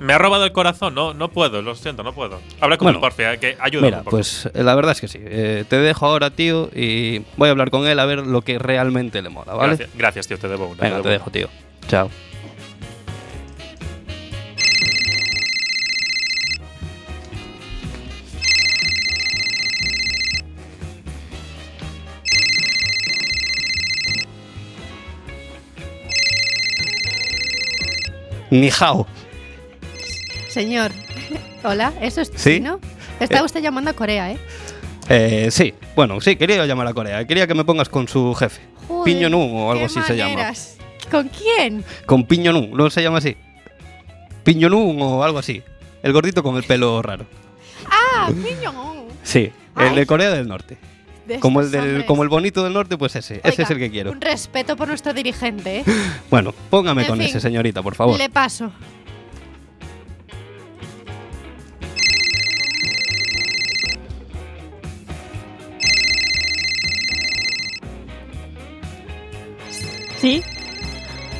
Me ha robado el corazón, no, no puedo, lo siento, no puedo. Habla con Bueno, el porfia, que ayuda Mira, un poco. pues eh, la verdad es que sí. Eh, te dejo ahora, tío, y voy a hablar con él a ver lo que realmente le mola, ¿vale? gracias, gracias, tío, te debo una. Venga, te debo una. dejo, tío. Chao. Ni hao. Señor. Hola, ¿eso es ¿Sí? chino? Está Eh. usted llamando a Corea, ¿eh? Eh, sí, bueno, sí, quería llamar a Corea. Quería que me pongas con su jefe. Joder, Piñonú o algo qué así se llama. maneras. ¿Con quién? Con Piñonú, ¿no se llama así? Piñonún o algo así. El gordito con el pelo raro. ¡Ah, piñón! Sí, el Ay. de Corea del Norte. De Como el, estos del, hombres. como el bonito del norte, pues ese. ese este. Oiga, es el que quiero. Un respeto por nuestro dirigente, ¿eh? Bueno, póngame En con fin. ese, señorita, por favor. Le paso. ¿Sí?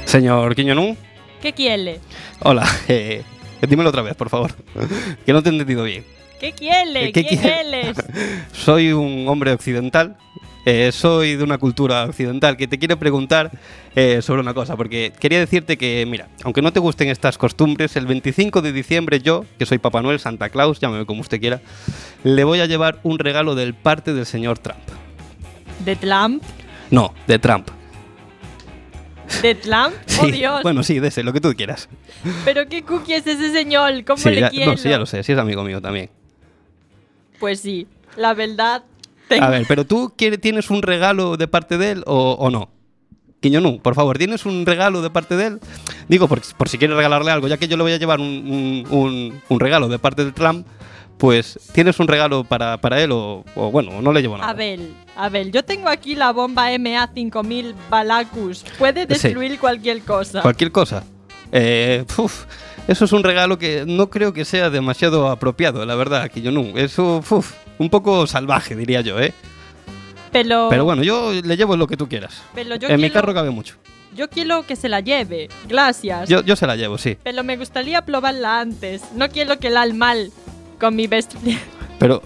Señor Quiñonún, ¿Qué quiere? hola. eh, dímelo otra vez, por favor. que no te he entendido bien. ¿Qué quiere? ¿Qué ¿Quién quiere? eres? Soy un hombre occidental. eh, soy de una cultura occidental que te quiero preguntar eh, sobre una cosa, porque quería decirte que, mira, aunque no te gusten estas costumbres, el 25 de diciembre yo, que soy Papá Noel, Santa Claus, llámame como usted quiera, le voy a llevar un regalo del parte del señor Trump. ¿De Trump? No, de Trump. ¿De Trump? ¡Oh, Sí, Dios! Bueno, sí, de ese, lo que tú quieras. ¿Pero qué cookie es ese señor? ¿Cómo Sí, le ya, quiero? no, sí, ya lo sé, sí es amigo mío también. Pues sí, la verdad... tengo- A ver, pero tú quiere- tienes un regalo de parte de él o, o no? Quiñonú, por favor, ¿tienes un regalo de parte de él? Digo, por, por si quieres regalarle algo, ya que yo le voy a llevar un, un- un- un regalo de parte del Trump, pues ¿tienes un regalo para, para él o, o, bueno, no le llevo nada? Abel, Abel, yo tengo aquí la bomba MA5000 Balacus. Puede Sí. destruir cualquier cosa. Cualquier cosa. Eh, uf, eso es un regalo que no creo que sea demasiado apropiado, la verdad, Quiñonú. Eso, uf, un poco salvaje, diría yo, ¿eh? Pero, Pero bueno, yo le llevo lo que tú quieras. Pero yo en mi quiero- carro cabe mucho. yo quiero que se la lleve. Gracias. Yo, yo se la llevo, sí. Pero me gustaría probarla antes. No quiero que la al mal con mi vestido. Pero,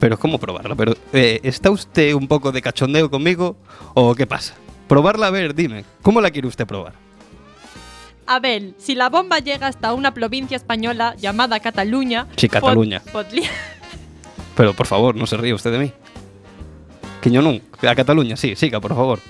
pero ¿cómo probarla? Pero, eh, ¿Está usted un poco de cachondeo conmigo o qué pasa? Probarla, a ver, dime, ¿cómo la quiere usted probar? Abel, si la bomba llega hasta una provincia española llamada Cataluña. Sí, pod- Cataluña. podría- Pero por favor, no se ríe usted de mí. Quiñonún, a Cataluña, sí, siga, por favor.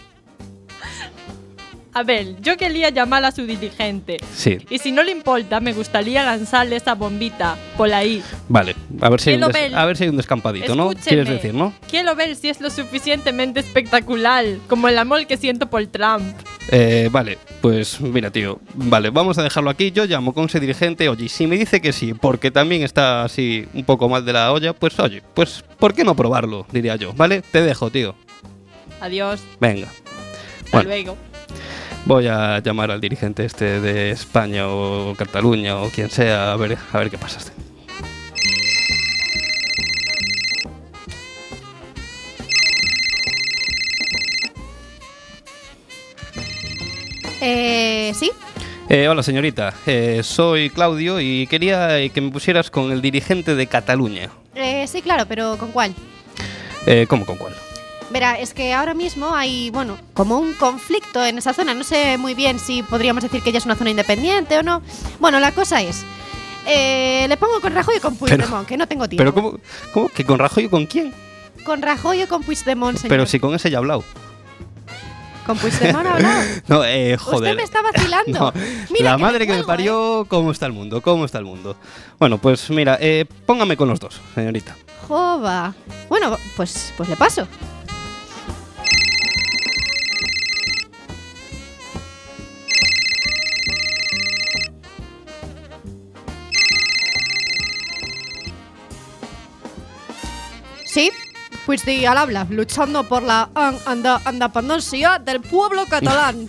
Abel, yo quería llamar a su dirigente. Sí, Y si no le importa, me gustaría lanzarle esa bombita por ahí. vale. A ver si, hay un, Quiero des- ver- a ver si hay un descampadito, ¿no? Escúcheme. ¿Quieres decir, no? Quiero ver si es lo suficientemente espectacular, como el amor que siento por Trump. Eh, vale, pues mira, tío. Vale, vamos a dejarlo aquí. Yo llamo con ese dirigente. Oye, y si me dice que sí, porque también está así un poco mal de la olla, pues oye, pues ¿por qué no probarlo? Diría yo, ¿vale? Te dejo, tío. Adiós, Venga. hasta Bueno, luego. voy a llamar al dirigente este de España o Cataluña o quien sea a ver, a ver qué pasa. este. Eh, sí, Eh, hola señorita, Eh, soy Claudio y quería eh, que me pusieras con el dirigente de Cataluña. Eh, sí, claro, pero ¿con cuál? Eh, ¿Cómo con cuál? Verá, es que ahora mismo hay, bueno, como un conflicto en esa zona. No sé muy bien si podríamos decir que ya es una zona independiente o no. Bueno, la cosa es. eh, le pongo con Rajoy o con Puigdemont, que no tengo tiempo. ¿Pero cómo, cómo? ¿Que con Rajoy o con quién? Con Rajoy o con Puigdemont, señor. Pero si con ese ya he hablado. Con Puigdemont ha hablado. No, eh, joder. Usted me está vacilando. No, Mira la que madre que cuelgo, me ¿eh? parió, ¿cómo está el mundo? ¿Cómo está el mundo? Bueno, pues mira, eh, póngame con los dos, señorita. Jova. Bueno, pues, pues le paso. Sí, pues de al habla, luchando por la an- anda- independencia del pueblo catalán.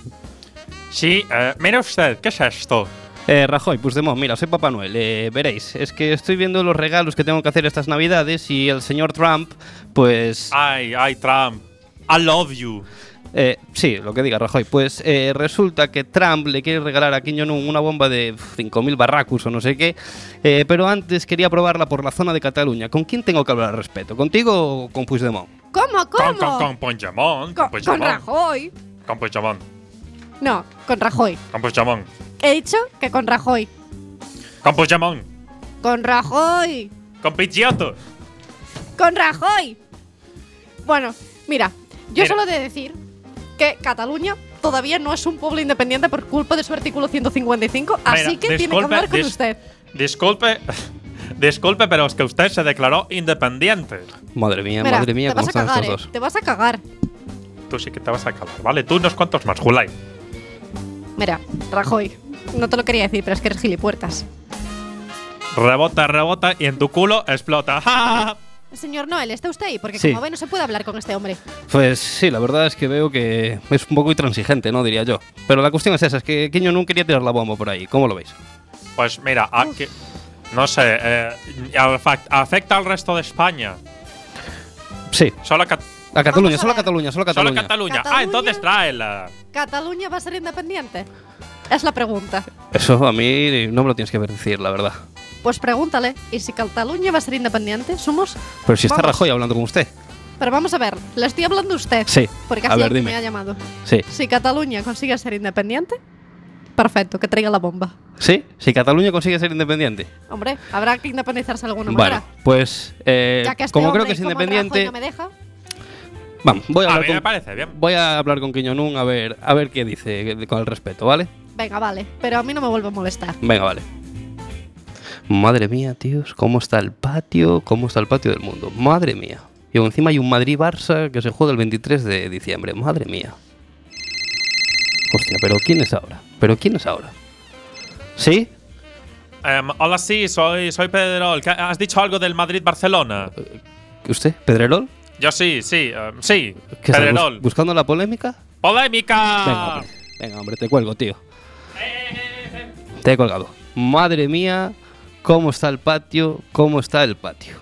Sí, eh, mira usted, ¿qué es esto? Eh, Rajoy, Puigdemont, mira, soy Papá Noel. eh, veréis, es que estoy viendo los regalos que tengo que hacer estas navidades y el señor Trump, pues... Ay, ay, Trump. I love you. eh, sí, lo que diga Rajoy. Pues eh, resulta que Trump le quiere regalar a Kim Jong-un una bomba de 5.000 barracus o no sé qué, eh, pero antes quería probarla por la zona de Cataluña. ¿Con quién tengo que hablar al respeto? ¿Contigo o con Puigdemont? ¿Cómo, Con, con, cómo? con Con, Puigdemont. Con con Puigdemont. Rajoy. Con Puigdemont. No, con Rajoy. Con Puigdemont. He dicho que con Rajoy. Con Puigdemont. Con Rajoy. Con Pidgeotto. con Rajoy. Bueno, mira, yo Mira. solo he de decir que Cataluña todavía no es un pueblo independiente por culpa de su artículo 155, así que tiene que disculpe, hablar con dis- usted. Disculpe. Disculpe, pero es que usted se declaró independiente. Madre mía, Mira, madre mía, te ¿cómo vas a están cagar, estos dos? eh, te vas a cagar. Tú sí que te vas a acabar, ¿vale? Tú unos cuantos más, Julai. Mira, Rajoy, no te lo quería decir, pero es que eres gilipuertas. rebota, rebota y en tu culo explota. ¡Ja! Señor Noel, ¿está usted ahí? Porque Sí. como ve, no se puede hablar con este hombre. Pues sí, la verdad es que veo que es un poco intransigente, ¿no? Diría yo. Pero la cuestión es esa, es que Quiño no quería tirar la bomba por ahí. ¿Cómo lo veis? Pues mira, aquí, no sé, eh, afa- afecta al resto de España. Sí. Solo, a Cat- A Cataluña, a solo a ver. Cataluña, solo a solo a Cataluña. Cataluña. Cataluña. Ah, entonces tráela. ¿Cataluña va a ser independiente? Es la pregunta. Eso a mí no me lo tienes que decir, la verdad. Pues pregúntale, ¿y si Cataluña va a ser independiente? Somos. Pero si está Vamos. Rajoy hablando con usted. Pero vamos a ver, le estoy hablando a usted. Sí, Porque a así ver, alguien dime. me ha llamado. Sí. Si Cataluña consigue ser independiente, perfecto, que traiga la bomba. ¿Sí? Si Cataluña consigue ser independiente. Hombre, habrá que independizarse de alguna Vale, manera. pues eh, Ya que este como hombre, creo que es como independiente, Rajoy no me deja, vamos, voy a A hablar mí me con parece bien. voy a hablar con Quiñonún a ver a ver qué dice con el respeto, ¿vale? venga, vale. Pero a mí no me vuelvo a molestar. Venga, vale. Madre mía, tíos, cómo está el patio, cómo está el patio del mundo. Madre mía. Y encima hay un Madrid-Barça que se juega el 23 de diciembre. Madre mía. Hostia, pero ¿quién es ahora? ¿Pero quién es ahora? ¿Sí? Em, hola, sí, soy, soy Pedro. ¿Qué- ¿Has dicho algo del Madrid-Barcelona? ¿Usted? ¿Pedrerol? Yo sí, sí, em, sí. ¿Qué estás, bus- Pedrerol. Ah. ¿Buscando la polémica? Venga, ¡Polémica! hombre. Venga, hombre, te cuelgo, tío. Te he colgado. Madre mía, cómo está el patio, cómo está el patio.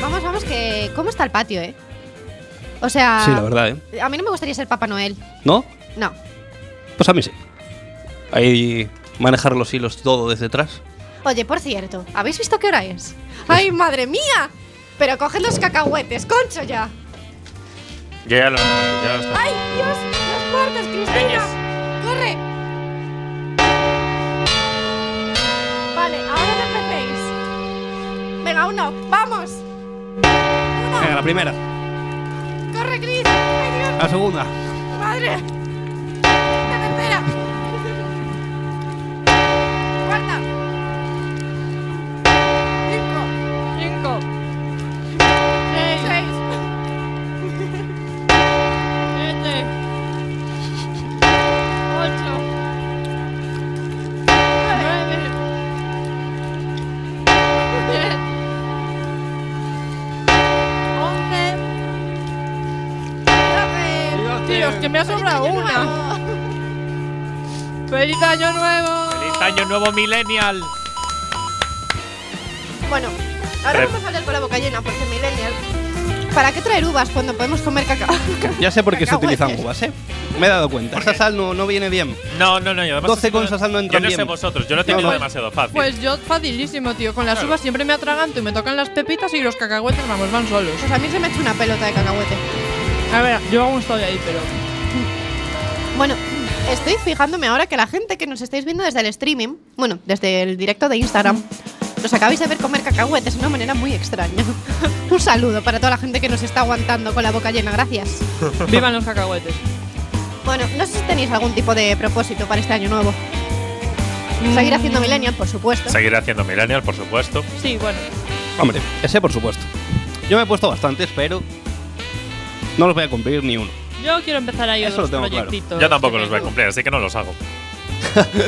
Vamos, vamos, que. ¿Cómo está el patio, eh? O sea. Sí, la verdad, ¿eh? A mí no me gustaría ser Papá Noel. ¿No? No. Pues a mí sí. Ahí manejar los hilos todo desde atrás. Oye, por cierto, ¿habéis visto qué hora es? Pues ¡Ay, madre mía! Pero coged los cacahuetes, concho ya. Ya lo- ya lo está. ¡Ay, Dios! ¡Las puertas, Cristina! ¡Corre! Vale, ahora no empecéis. Venga, uno, vamos. Venga, Uno, la primera, corre, Cris. ¡Ay, Dios! la segunda. ¡Madre! ¡La tercera! ¡Cuarta! ¡Cinco! Cinco. ¡Seis! Siete. Ocho. ¡Doce! Dios, que me ha sobrado ¡Año una. nuevo! ¡Feliz año nuevo! ¡Feliz año nuevo, Millennial! Bueno, ahora Pre- vamos a hablar con la boca llena porque Millennial. ¿Para qué traer uvas cuando podemos comer Pues cacao? Ya sé por qué se Cacahuetes. utilizan uvas, ¿eh? Me he dado cuenta. Esa sal no, no viene bien. No, no, no. y Además, 12 es que con Sasal no Yo entran no sé bien. vosotros, yo lo he No, tenido no. demasiado fácil. Pues yo facilísimo, tío. Con las Claro. uvas siempre me atraganto y me tocan las pepitas y los cacahuetes, vamos, van solos. Pues a mí se me ha hecho una pelota de cacahuete. A ver, yo aún estoy ahí, pero... Bueno, estoy fijándome ahora que la gente que nos estáis viendo desde el streaming, bueno, desde el directo de Instagram, nos acabáis de ver comer cacahuetes de una manera muy extraña. Un saludo para toda la gente que nos está aguantando con la boca llena, gracias. ¡Vivan los cacahuetes! Bueno, no sé si tenéis algún tipo de propósito para este año nuevo. Seguir haciendo Millennial, por supuesto. Seguiré haciendo Millennial, por supuesto. Sí, bueno. Hombre, ese por supuesto. Yo me he puesto bastantes, pero no los voy a cumplir ni uno. Yo quiero empezar ahí Eso lo otros tengo claro. proyectitos. Yo tampoco que los voy a tengo. cumplir, así que no los hago.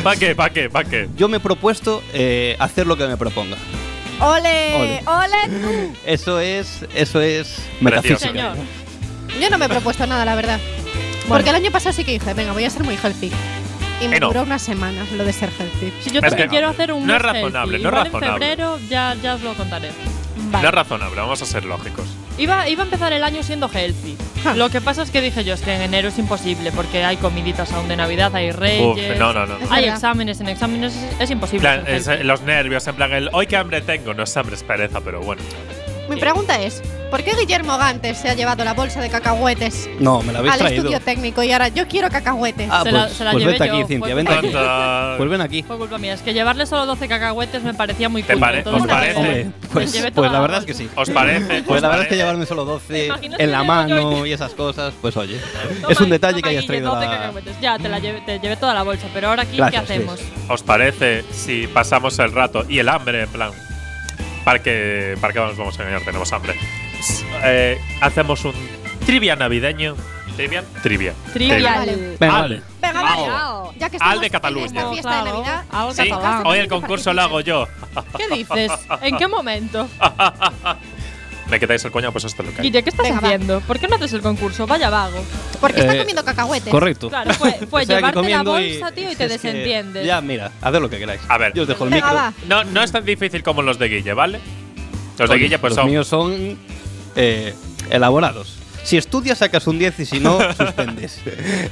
¿Para qué? ¿Para qué? ¿Para qué? Yo me he propuesto eh, hacer lo que me proponga. ¡Ole! Ole. ¡Ole! Eso es, eso es Precioso. metafísica. Señor. Yo no me he propuesto nada, la verdad. Porque el año pasado sí que dije, venga, voy a ser muy healthy. Y me Eh, no. duró una semana lo de ser healthy. Si yo Es también que quiero hacer un no es mes razonable, healthy. no Igual es en razonable. febrero ya, ya os lo contaré. Vale. No es razonable, vamos a ser lógicos. Iba, iba a empezar el año siendo healthy. Lo que pasa es que dije yo, es que en enero es imposible porque hay comiditas aún de Navidad, hay Uf, reyes. no, no, no. Es Hay verdad. exámenes, en exámenes es, es imposible. Plan, ser es, healthy. eh, los nervios, en plan, el hoy qué hambre tengo, no es hambre, es pereza, pero bueno. Mi pregunta es, ¿por qué Guillermo Gantes se ha llevado la bolsa de cacahuetes No, me la habéis al traído. estudio técnico y ahora yo quiero cacahuetes? Ah, Se pues, la- se la pues llevé vente aquí, yo, Cintia, fue- vente aquí. ¿Cuánta- Pues ven aquí. Fue culpa mía. Es que llevarle solo 12 cacahuetes me parecía muy ¿Te cool. pare- os parece? Hombre, pues, llevé toda pues la la verdad es bolsa. que sí. ¿Os parece? Pues ¿Os la verdad es que parece? llevarme solo 12 imaginas en que la llevo yo mano y esas cosas, pues oye, es un detalle que hayas traído la... Ya, te, la llevé, te llevé toda la bolsa, pero ahora aquí, Gracias, ¿qué hacemos? ¿Os parece si pasamos el rato y el hambre, en plan? ¿Para qué, para qué nos vamos a engañar? Tenemos hambre. S- eh, hacemos un trivia navideño. ¿Trivia? Trivia. Trivial. Vale. Venga, Al- vale. Venga, Au. vale, ya que Al estamos de Cataluña. en esta fiesta de Claro, Navidad, al Sí, catalán. hoy el concurso lo hago yo. ¿Qué dices? ¿En qué momento? Me quitáis el coño, pues esto lo que Guille, ¿qué estás Venga, va. haciendo? ¿por qué no haces el concurso? Vaya vago. porque está Eh, comiendo cacahuetes. Correcto. Pues Claro, fue, fue Estoy aquí llevarte la comiendo bolsa, tío, y te es que- desentiendes. Ya, mira, haced lo que queráis. A ver. Yo os dejo el Venga, micro. va. No, no es tan difícil como los de Guille, ¿vale? Los de Oye, Guille, pues los son. míos son eh, elaborados. Si estudias sacas un 10 y si no, suspendes.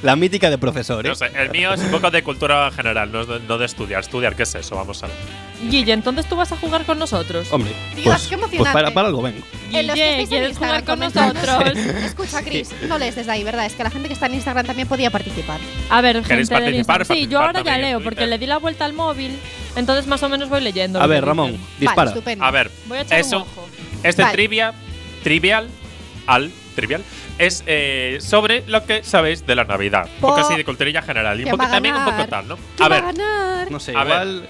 La mítica de no profesores. sé, el mío es un poco de cultura general, no, es de- no de estudiar. Estudiar, ¿qué es eso? Vamos a ver. Guille, entonces tú vas a jugar con nosotros. Hombre, Dios, pues, qué pues emocionante. para, para algo vengo. En los que Guille, estéis en ¿quieres Instagram jugar con comentadnos. nosotros? Escucha, Chris, no lees desde ahí, ¿verdad? Es que la gente que está en Instagram también podía participar. A ver, gente ¿Queréis del participar? Instagram. Sí, yo Participad ahora ya también en leo Twitter. porque le di la vuelta al móvil. Entonces más o menos voy leyendo. A lo que ver, dicen. Ramón, dispara. Vale, estupendo. A ver, Voy a echar Eso. un ojo. Este Vale. trivia, trivial, al, trivial, es eh, sobre lo que sabéis de la Navidad. Un poco Po- así de culturilla general y un ¿Quién poco, va a también un poco ganar? tal, ¿no? ¿Quién A va ver, ganar? No sé, A ver. igual,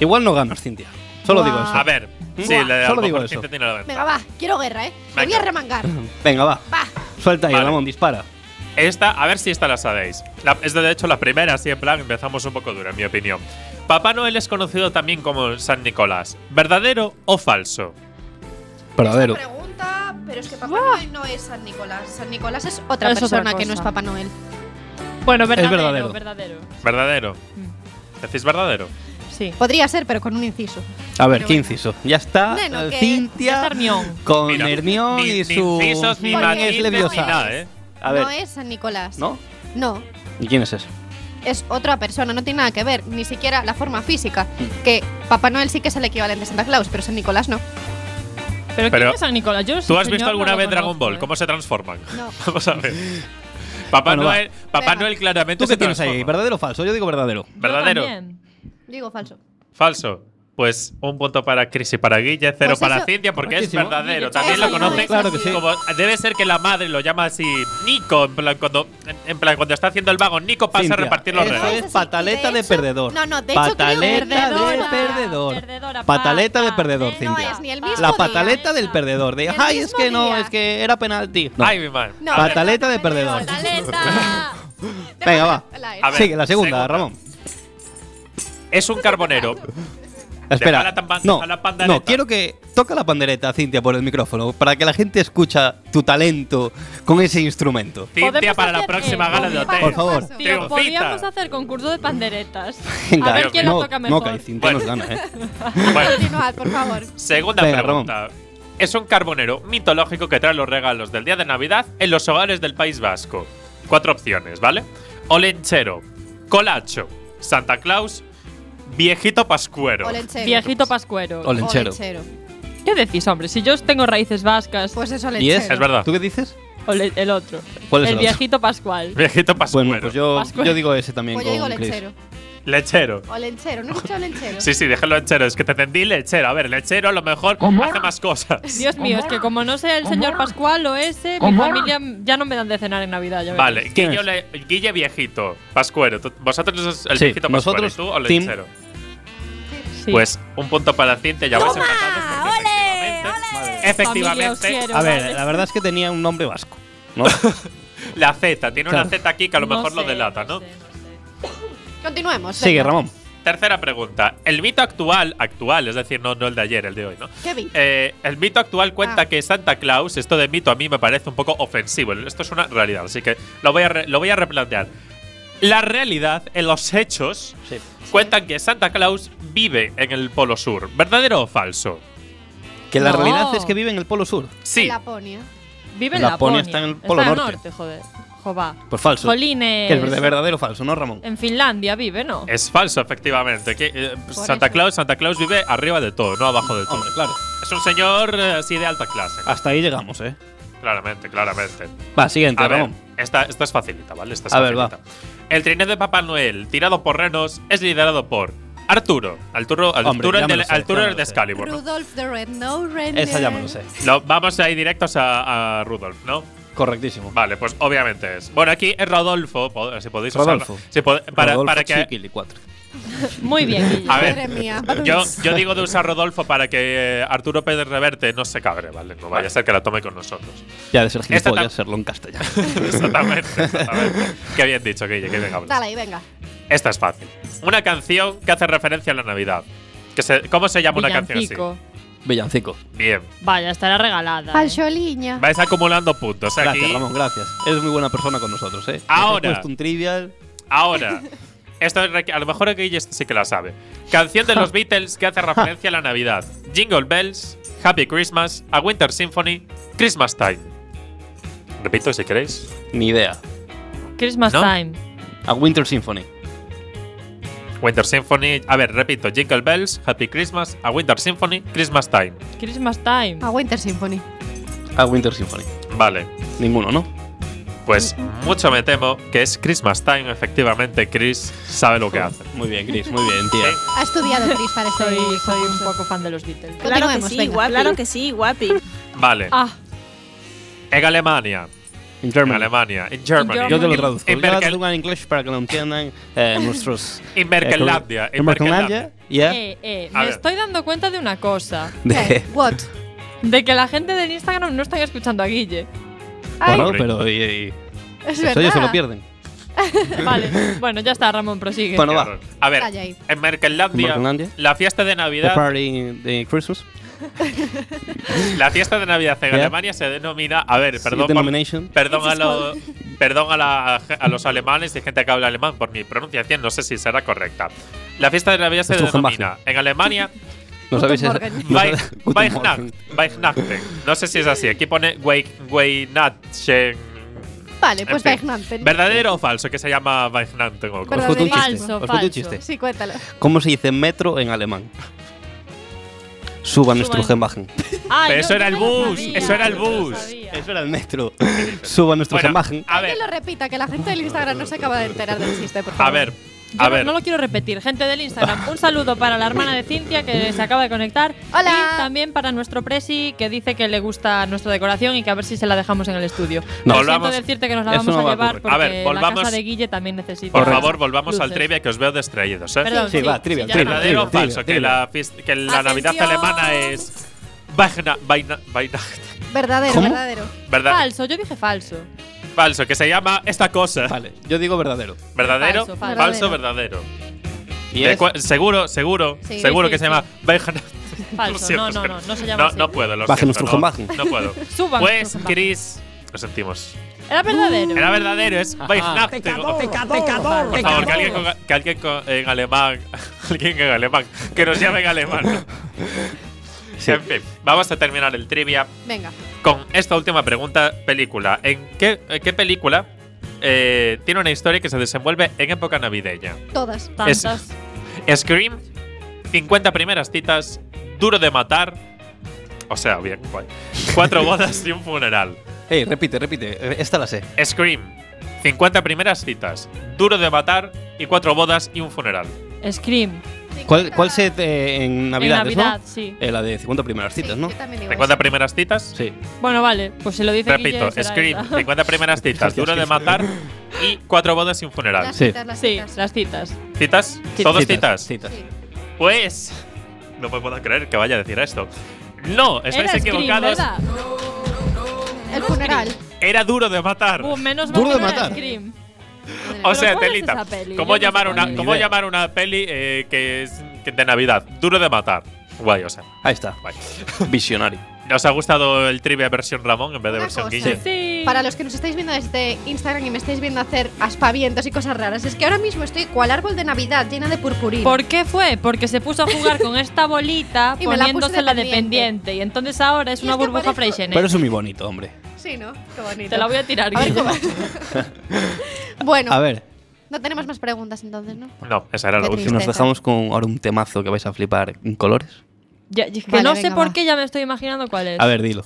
igual no ganas, Cintia. Solo digo eso. a ver. ¿Mm? Sí, Buah, le, a solo lo digo mejor eso. Cintia tiene la ventaja. Venga, va, quiero guerra, ¿eh? Me voy Venga. a remangar. Venga, va. Va. Suelta ahí, Vale. Ramón, dispara. Esta, a ver si esta la sabéis. La- es de hecho la primera, así en plan, empezamos un poco dura, en mi opinión. Papá Noel es conocido también como San Nicolás. ¿Verdadero o falso? Verdadero. Esta pregunta, pero es que Papá Noel no es San Nicolás. San Nicolás es otra Es otra persona que cosa. no es Papá Noel. Bueno, verdadero, verdadero. verdadero. ¿Verdadero? Mm. ¿Decís verdadero? Sí. Podría ser, pero con un inciso. A ver, qué inciso. Ya está Neno, eh, que- Es Cintia Hermión. con Mira, Hermión ni- ni y su. incisos, ni Ni Porque matices, es ni leviosa. nada, ¿eh? A ver, No es San Nicolás. ¿no? No, ¿Y quién es ese? es otra persona, no tiene nada que ver, ni siquiera la forma física. Mm. Que Papá Noel sí que es el equivalente a Santa Claus, pero San Nicolás no. Pero, Pero- ¿quién es San Nicolás? Yo, ¿Tú has señor, visto no alguna lo vez conozco, Dragon Ball? eh. ¿Cómo se transforman? No. Vamos a ver. Papá Bueno, va. Noel, Papá Venga. Noel claramente ¿Tú se qué tienes ahí? transforma. ¿Verdadero o falso? Yo digo verdadero. Yo ¿Verdadero? también. Digo falso. Falso. Pues un punto para Chris y para Guille, cero Pues para eso- Cintia, porque Muchísimo. es verdadero. Guille, También eso lo no conoce es Claro que así. sí. como debe ser que la madre lo llama así Nico, en plan cuando, en plan, cuando está haciendo el vago, Nico pasa Cintia, a repartir los eso regalos. es regalos. Eso sí, pataleta de de hecho- perdedor. no, no, de hecho creo pataleta de perdedora, perdedor. perdedora, pataleta de pata, perdedor, no Cintia. es ni el mismo la día. pataleta del perdedor. De, El ay, es mismo que no, día. es que era penalti. No. Ay, mi madre. No. A ver, pataleta de perdedor. ¡Pataleta! Venga, va. La E. es. A ver, Sigue, la segunda, segunda. Ramón. es un carbonero. Espera. la tampa- no, deja la pandereta. no, quiero que toca la pandereta, Cintia, por el micrófono, para que la gente escucha tu talento con ese instrumento. Cintia Podemos para la hacer- próxima eh, gala de hotel. Por favor. Tío, Tío, Triunfita. podríamos hacer concurso de panderetas. Venga, a ver quién no, la toca mejor. No, que Cintia Bueno. nos gana, eh. Bueno, Continuad, por favor. segunda Venga, pregunta. Es un carbonero mitológico que trae los regalos del día de Navidad en los hogares del País Vasco. Cuatro opciones, ¿vale? Olenchero, colacho, Santa Claus, viejito pascuero. Olenchero. Viejito pascuero. Ole. Olenchero. Olenchero. ¿Qué decís, hombre? Si yo tengo raíces vascas, Pues es ¿Y olenchero. es? Es verdad. ¿Tú qué dices? ole- el otro. ¿Cuál es el el otro? viejito pascual. Viejito pascuero. Bueno, pues yo, Pascual. yo digo ese también Pues yo con digo Chris. lechero. Lechero. Olenchero, ¿no he dicho olenchero? Sí, sí, déjalo lechero. Es que te entendí lechero. A ver, lechero a lo mejor hace más cosas. Dios mío, es que como no sea el señor Pascual o ese, mi familia ya no me dan de cenar en Navidad. ya verás. Vale, ¿Quién Guille, le- Guille viejito, pascuero. Tú- Vosotros sos el Sí, viejito pascuero, nosotros, ¿y tú o team- lechero. Sí. Pues un punto para Cintia, ya vais empatados. porque Familia, os Efectivamente, efectivamente quiero. A ver, Vale. Pues la verdad es que tenía un nombre vasco. ¿no? la Z, tiene una Claro. Z aquí que a lo No mejor lo sé, delata, ¿no? sé, sé. Continuemos. Sigue, venga. Ramón. Tercera pregunta. El mito actual, actual, es decir, no, no el de ayer, el de hoy, ¿no? ¿Qué vi? Eh, el mito actual cuenta Ah. que Santa Claus, esto de mito a mí me parece un poco ofensivo. Esto es una realidad, así que lo voy a, re- lo voy a replantear. La realidad, en los hechos, cuentan que Santa Claus vive en el Polo Sur. ¿Verdadero o falso? Que la No. realidad es que vive en el Polo Sur. Sí. Laponia. Vive en Laponia Laponia. está en el Polo Está Norte. norte, joder. Jova. Pues falso. Jolines. Que es verde- verdadero o falso, ¿no, Ramón? En Finlandia vive, ¿no? Es falso, efectivamente. Que, eh, Santa eso. Claus, Santa Claus vive arriba de todo, no abajo de todo. Hombre, claro. Es un señor eh, así de alta clase. Hasta ahí llegamos, ¿eh? Claramente, claramente. Va, siguiente, A ver, Ramón. esta, esta es facilita, ¿vale? Esta es A ver, facilita. El trineo de Papá Noel, tirado por renos, es liderado por Arturo. Arturo, Arturo, Hombre, ya el me de, lo sé, Arturo ya me el lo de sé. Excalibur. ¿no? Rudolf the Red No Reindeer. Esa ya me lo sé. No, vamos ahí directos a, a Rudolf, ¿no? Correctísimo. Vale, pues obviamente es. Bueno, aquí es Rodolfo, po- si podéis usarlo. Rodolfo. Si pod- para, Rodolfo para que Chiquili, cuatro. Muy bien, Guille. A ver, Madre mía. Yo, yo digo de usar Rodolfo para que eh, Arturo Pérez Reverte no se cabre, ¿vale? No vaya a ser que la tome con nosotros. Ya de ser Esta gilipollas, tam- serlo en castellano. exactamente, exactamente. Qué bien dicho, Guille, qué bien hablas. Dale ahí, venga. Esta es fácil. Una canción que hace referencia a la Navidad. Que se- ¿Cómo se llama una Villancico. Villancico. canción así? Bien. Vaya, estará regalada. ¿eh? Falsoliña. Vais acumulando puntos aquí. Gracias, Ramón, gracias. Eres muy buena persona con nosotros, ¿eh? Nos has Ahora. puesto un trivial. Ahora. Esto es re- a lo mejor Guille esta sí que la sabe. Canción de los Beatles que hace referencia a la Navidad. Jingle Bells, Happy Christmas, A Winter Symphony, Christmas Time. Repito si queréis. Ni idea. Christmas ¿No? time. A Winter Symphony. Winter Symphony. A ver, repito, Jingle Bells, Happy Christmas, A Winter Symphony, Christmas Time. Christmas time. A Winter Symphony. A Winter Symphony. Vale, Ninguno, ¿no? pues mucho me temo que es Christmas Time, efectivamente, Chris sabe lo que hace. Muy bien, Gris, muy bien, tía. Sí. Ha estudiado Chris para este Soy, soy un concurso. poco fan de los Beatles. Claro que Continuemos, sí, venga. guapi. Claro que sí, guapi. Vale, Ah, en Alemania. In En Germany. Alemania, en Germany. Yo te lo traduzco. En Yo lo Merkel- traduzco en inglés para que lo entiendan eh, nuestros. eh, en Merkelandia. En Merkelandia. Ya. eh, eh, A me ver. estoy dando cuenta de una cosa. De. What? De que la gente del Instagram no está escuchando a Guille. Ay, Bueno, pero. Y, y- es eso verdad. ellos se lo pierden. Vale. bueno, ya está, Ramón, prosigue. Bueno, va. Merkel- A ver, Calla ahí. en Merkelandia, En Merkelandia. la fiesta de The Navidad, party de Christmas. la fiesta de Navidad en Yeah. Alemania se denomina, a ver, Sí, perdón, por- denomination. Perdón a, lo- perdón a, la- a los alemanes y gente que habla alemán por mi pronunciación, no sé si será correcta. La fiesta de Navidad se Es tu denomina en Alemania No sabéis eso. Morgen. No Weih- sabéis- Guten Weihnacht- Morgen. Weihnachten. No sé si es así. Aquí pone Weih- Weihnachten. Vale, En pues fin. Weihnachten. ¿Verdadero o falso que se llama Weihnachten? o Os cómo? Verdad- cuento un chiste. Falso, Os cuento un falso. chiste. Sí, cuéntalo. ¿Cómo se dice metro en alemán? Suban nuestro gemagen. Ay, Pero yo- eso era yo me el lo bus, sabía, eso era el yo me lo bus. sabía. Eso era el metro. Suban nuestro Bueno, ah. gemagen. a Que ver, lo repita, que la gente del Instagram no se acaba de enterar del chiste, por favor. a ver, Yo a no- ver. No lo quiero repetir. Gente del Instagram, un saludo para la hermana de Cintia que se acaba de conectar. Hola. Y también para nuestro presi que dice que le gusta nuestra decoración y que a ver si se la dejamos en el estudio. No. Lo siento Volvamos. decirte que nos la Eso vamos no a va a llevar ocurrir. porque A ver, la volvamos- casa de Guille también necesita. Por Correcto. favor, volvamos al luces. trivia que os veo distraídos. ¿eh? Perdón, Sí, va, trivia, ya trivia, está. ¿Verdadero o Trivia, falso que trivia. la, fiesta- que la Navidad Atención. alemana es Weihna- Weihna- Weihnachten? Verdadero, ¿Cómo? verdadero. ¿Verdad? Falso, yo dije falso. Falso, que se llama esta cosa. Vale, yo digo verdadero. ¿Verdadero? Falso, Falso, falso. verdadero. ¿Y De es? cua- Seguro, seguro, Sí. seguro Sí, que sí, se llama Weihnachten. Falso, Lo siento, no, no, es que no, no se llama así. No, no puedo, lo Bajen siento, nuestro no, Humbagen. no puedo. Suban pues, nuestro Humbagen. Chris, lo sentimos. Era verdadero. Era verdadero, es Weihnachten. Por favor, que alguien, con- que alguien con- en alemán, alguien en alemán, que nos llame en alemán. Sí. En fin, vamos a terminar el trivia Venga. con esta última pregunta, película. ¿En qué, en qué película eh, tiene una historia que se desenvuelve en época navideña? Todas. Es- Tantas. Scream, 50 primeras citas, Duro de matar, o sea, bien, guay. Cuatro bodas y un funeral. Ey, repite, repite. Eh, Esta la sé. Scream, 50 primeras citas, Duro de matar y cuatro bodas y un funeral. Scream. ¿Cuál, cuál se eh, en Navidad, Navidad, sí. la de 50 primeras citas, ¿no? Yo también digo 50 eso. primeras citas. Sí. Bueno, vale, pues si lo dice Repito, Guille, será Scream, esa. 50 primeras citas, Duro de matar y cuatro bodas y un funeral. Las Sí. citas, las Sí, citas. las citas. ¿Citas? ¿Todos citas? Citas. Sí. Pues, no me puedo creer que vaya a decir esto. No, estáis Era Scream, equivocados. ¿verdad? El funeral. Era duro de matar. Uh, menos mal Duro que de no era matar. Scream. O sea, ¿cuál es telita. esa peli? ¿Cómo Yo no llamar, sé una, cuál es. ¿cómo Ni idea. llamar una peli eh, que es que de Navidad? Duro de matar. Guay, o sea. Ahí está. guay. Visionario. ¿Os ha gustado el trivia versión Ramón en vez de Una versión cosa. Guille? Sí. Para los que nos estáis viendo desde Instagram y me estáis viendo hacer aspavientos y cosas raras, es que ahora mismo estoy cual árbol de Navidad llena de purpurina. ¿Por qué fue? Porque se puso a jugar con esta bolita Y me la puse poniéndosela de de pendiente. pendiente. Y entonces ahora es Y una es que burbuja parezco- Freysenet. Pero eso es muy bonito, hombre. Sí, ¿no? Qué bonito. Te la voy a tirar. A ver Guille. cómo- Bueno, A ver, no tenemos más preguntas entonces, ¿no? No, esa era la Qué que última. nos tristeza. dejamos con ahora un temazo que vais a flipar en colores. Ya- ya- que Vale, no sé venga, por va. qué ya me estoy imaginando cuál es. A ver, dilo.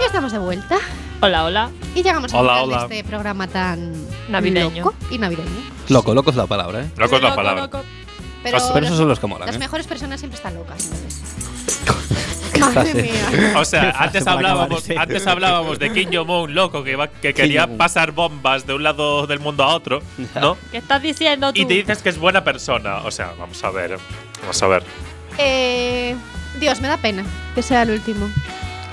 Y estamos de vuelta. Hola, hola. Y llegamos al Hola, final hola. de este programa tan Navideño. loco y navideño. Loco, loco es la palabra, ¿eh? Loco es la Loco, palabra. loco. Pero, Pero Pero los- esos son los que molan, las ¿eh? mejores personas siempre están locas. Qué Madre frase. mía. O sea, Qué frase antes para acabar hablábamos, este. antes hablábamos de Kim Jong-un, un loco, que, iba- que quería Jong-un. pasar bombas de un lado del mundo a otro, ¿no? ¿Qué estás diciendo tú? Y te dices que es buena persona. O sea, vamos a ver. Vamos a ver. Eh, Dios, me da pena que sea el último.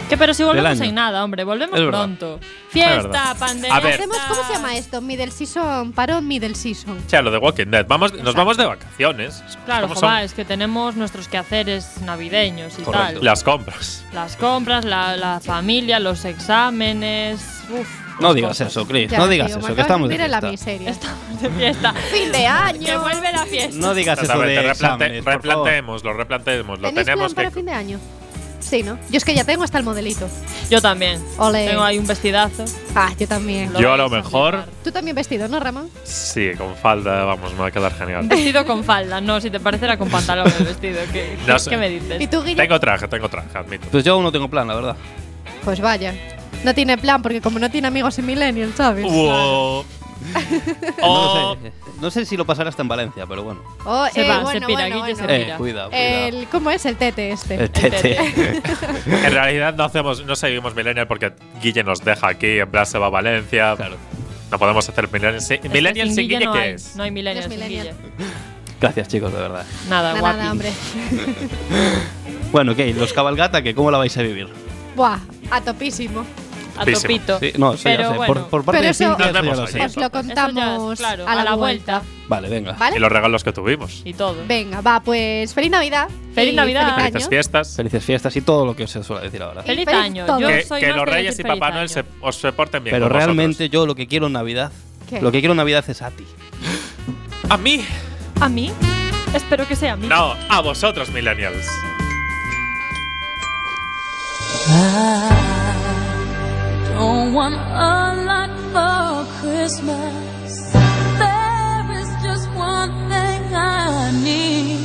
Que pero si Del volvemos año. en nada, hombre. Volvemos Es verdad. pronto. Es Fiesta, verdad. pandemia. A ver. Hacemos, ¿Cómo se llama esto? Middle season, parón middle season. O sea, lo de Walking Dead. Vamos, nos vamos de vacaciones. Claro, ¿Cómo jova, son es que tenemos nuestros quehaceres navideños y Correcto. tal. las compras. Las compras, la, la familia, los exámenes. Uf, No las digas cosas. eso, Chris. Ya, No digas tío, me eso, que acabas estamos de de hundir en la fiesta. miseria. Estamos de fiesta. Fin de que año. vuelve la fiesta. No digas eso Exactamente, de replante- exámenes, por favor. replanteémoslo, replanteémoslo. ¿Tenéis plan Tenemos para que. fin de año? Sí, ¿no? Yo es que ya tengo hasta el modelito. Yo también. Ole. Tengo ahí un vestidazo. Ah, yo también. Yo a lo vais mejor- flipar. Tú también vestido, ¿no, Ramón? Sí, con falda, vamos, me va a quedar genial. Vestido con falda, no, si te parece era con pantalón el vestido. ¿Qué, No qué- sé. qué me ¿Y dices? tú, Guille? Tengo traje, tengo traje, admito. Pues yo aún no tengo plan, la verdad. Pues vaya. No tiene plan, porque como no tiene amigos en Millennial, ¿sabes? Wow. No, Oh, lo sé. No sé si lo pasará hasta en Valencia, pero bueno. Oh, Se eh, va, se bueno, pira, bueno, Guille se bueno. Eh, Mira. cuidado, cuidado. El, ¿Cómo es el tete este? El tete. en realidad no hacemos, no seguimos Millennial porque Guille nos deja aquí, en plan se va a Valencia. Claro. No podemos hacer Millennial sin, Es que millennial sin Guille, no ¿qué hay, es? No hay millennials sin millennial. Guille. Gracias, chicos, de verdad. Nada, Nada, guapi. nada, hombre. Bueno, ok, los cabalgata, que ¿cómo la vais a vivir? Buah, a topísimo. a Písimo. topito. Sí, no, eso pero ya sé. bueno, por, por parte Pero de eso- Cintia, Nos eso ya vemos lo allí. sé. Os lo eso ya es, contamos claro, a la, vuelta. Vale, venga. ¿Vale? Y los regalos que tuvimos. y todo. Venga, va, pues feliz Navidad. Feliz y Navidad. feliz Felices año. fiestas. Felices fiestas y todo lo que se suele decir ahora. Sí, Feliz feliz año. todo. Yo que soy que más los de reyes y decir Papá feliz Noel se, año. os se porten bien. Pero con vosotros. realmente yo lo que quiero en Navidad, ¿Qué? lo que quiero en Navidad es a ti. A mí. ¿A mí? Espero que sea a mí. No, a vosotros, millennials. Don't want a lot for Christmas. There is just one thing I need.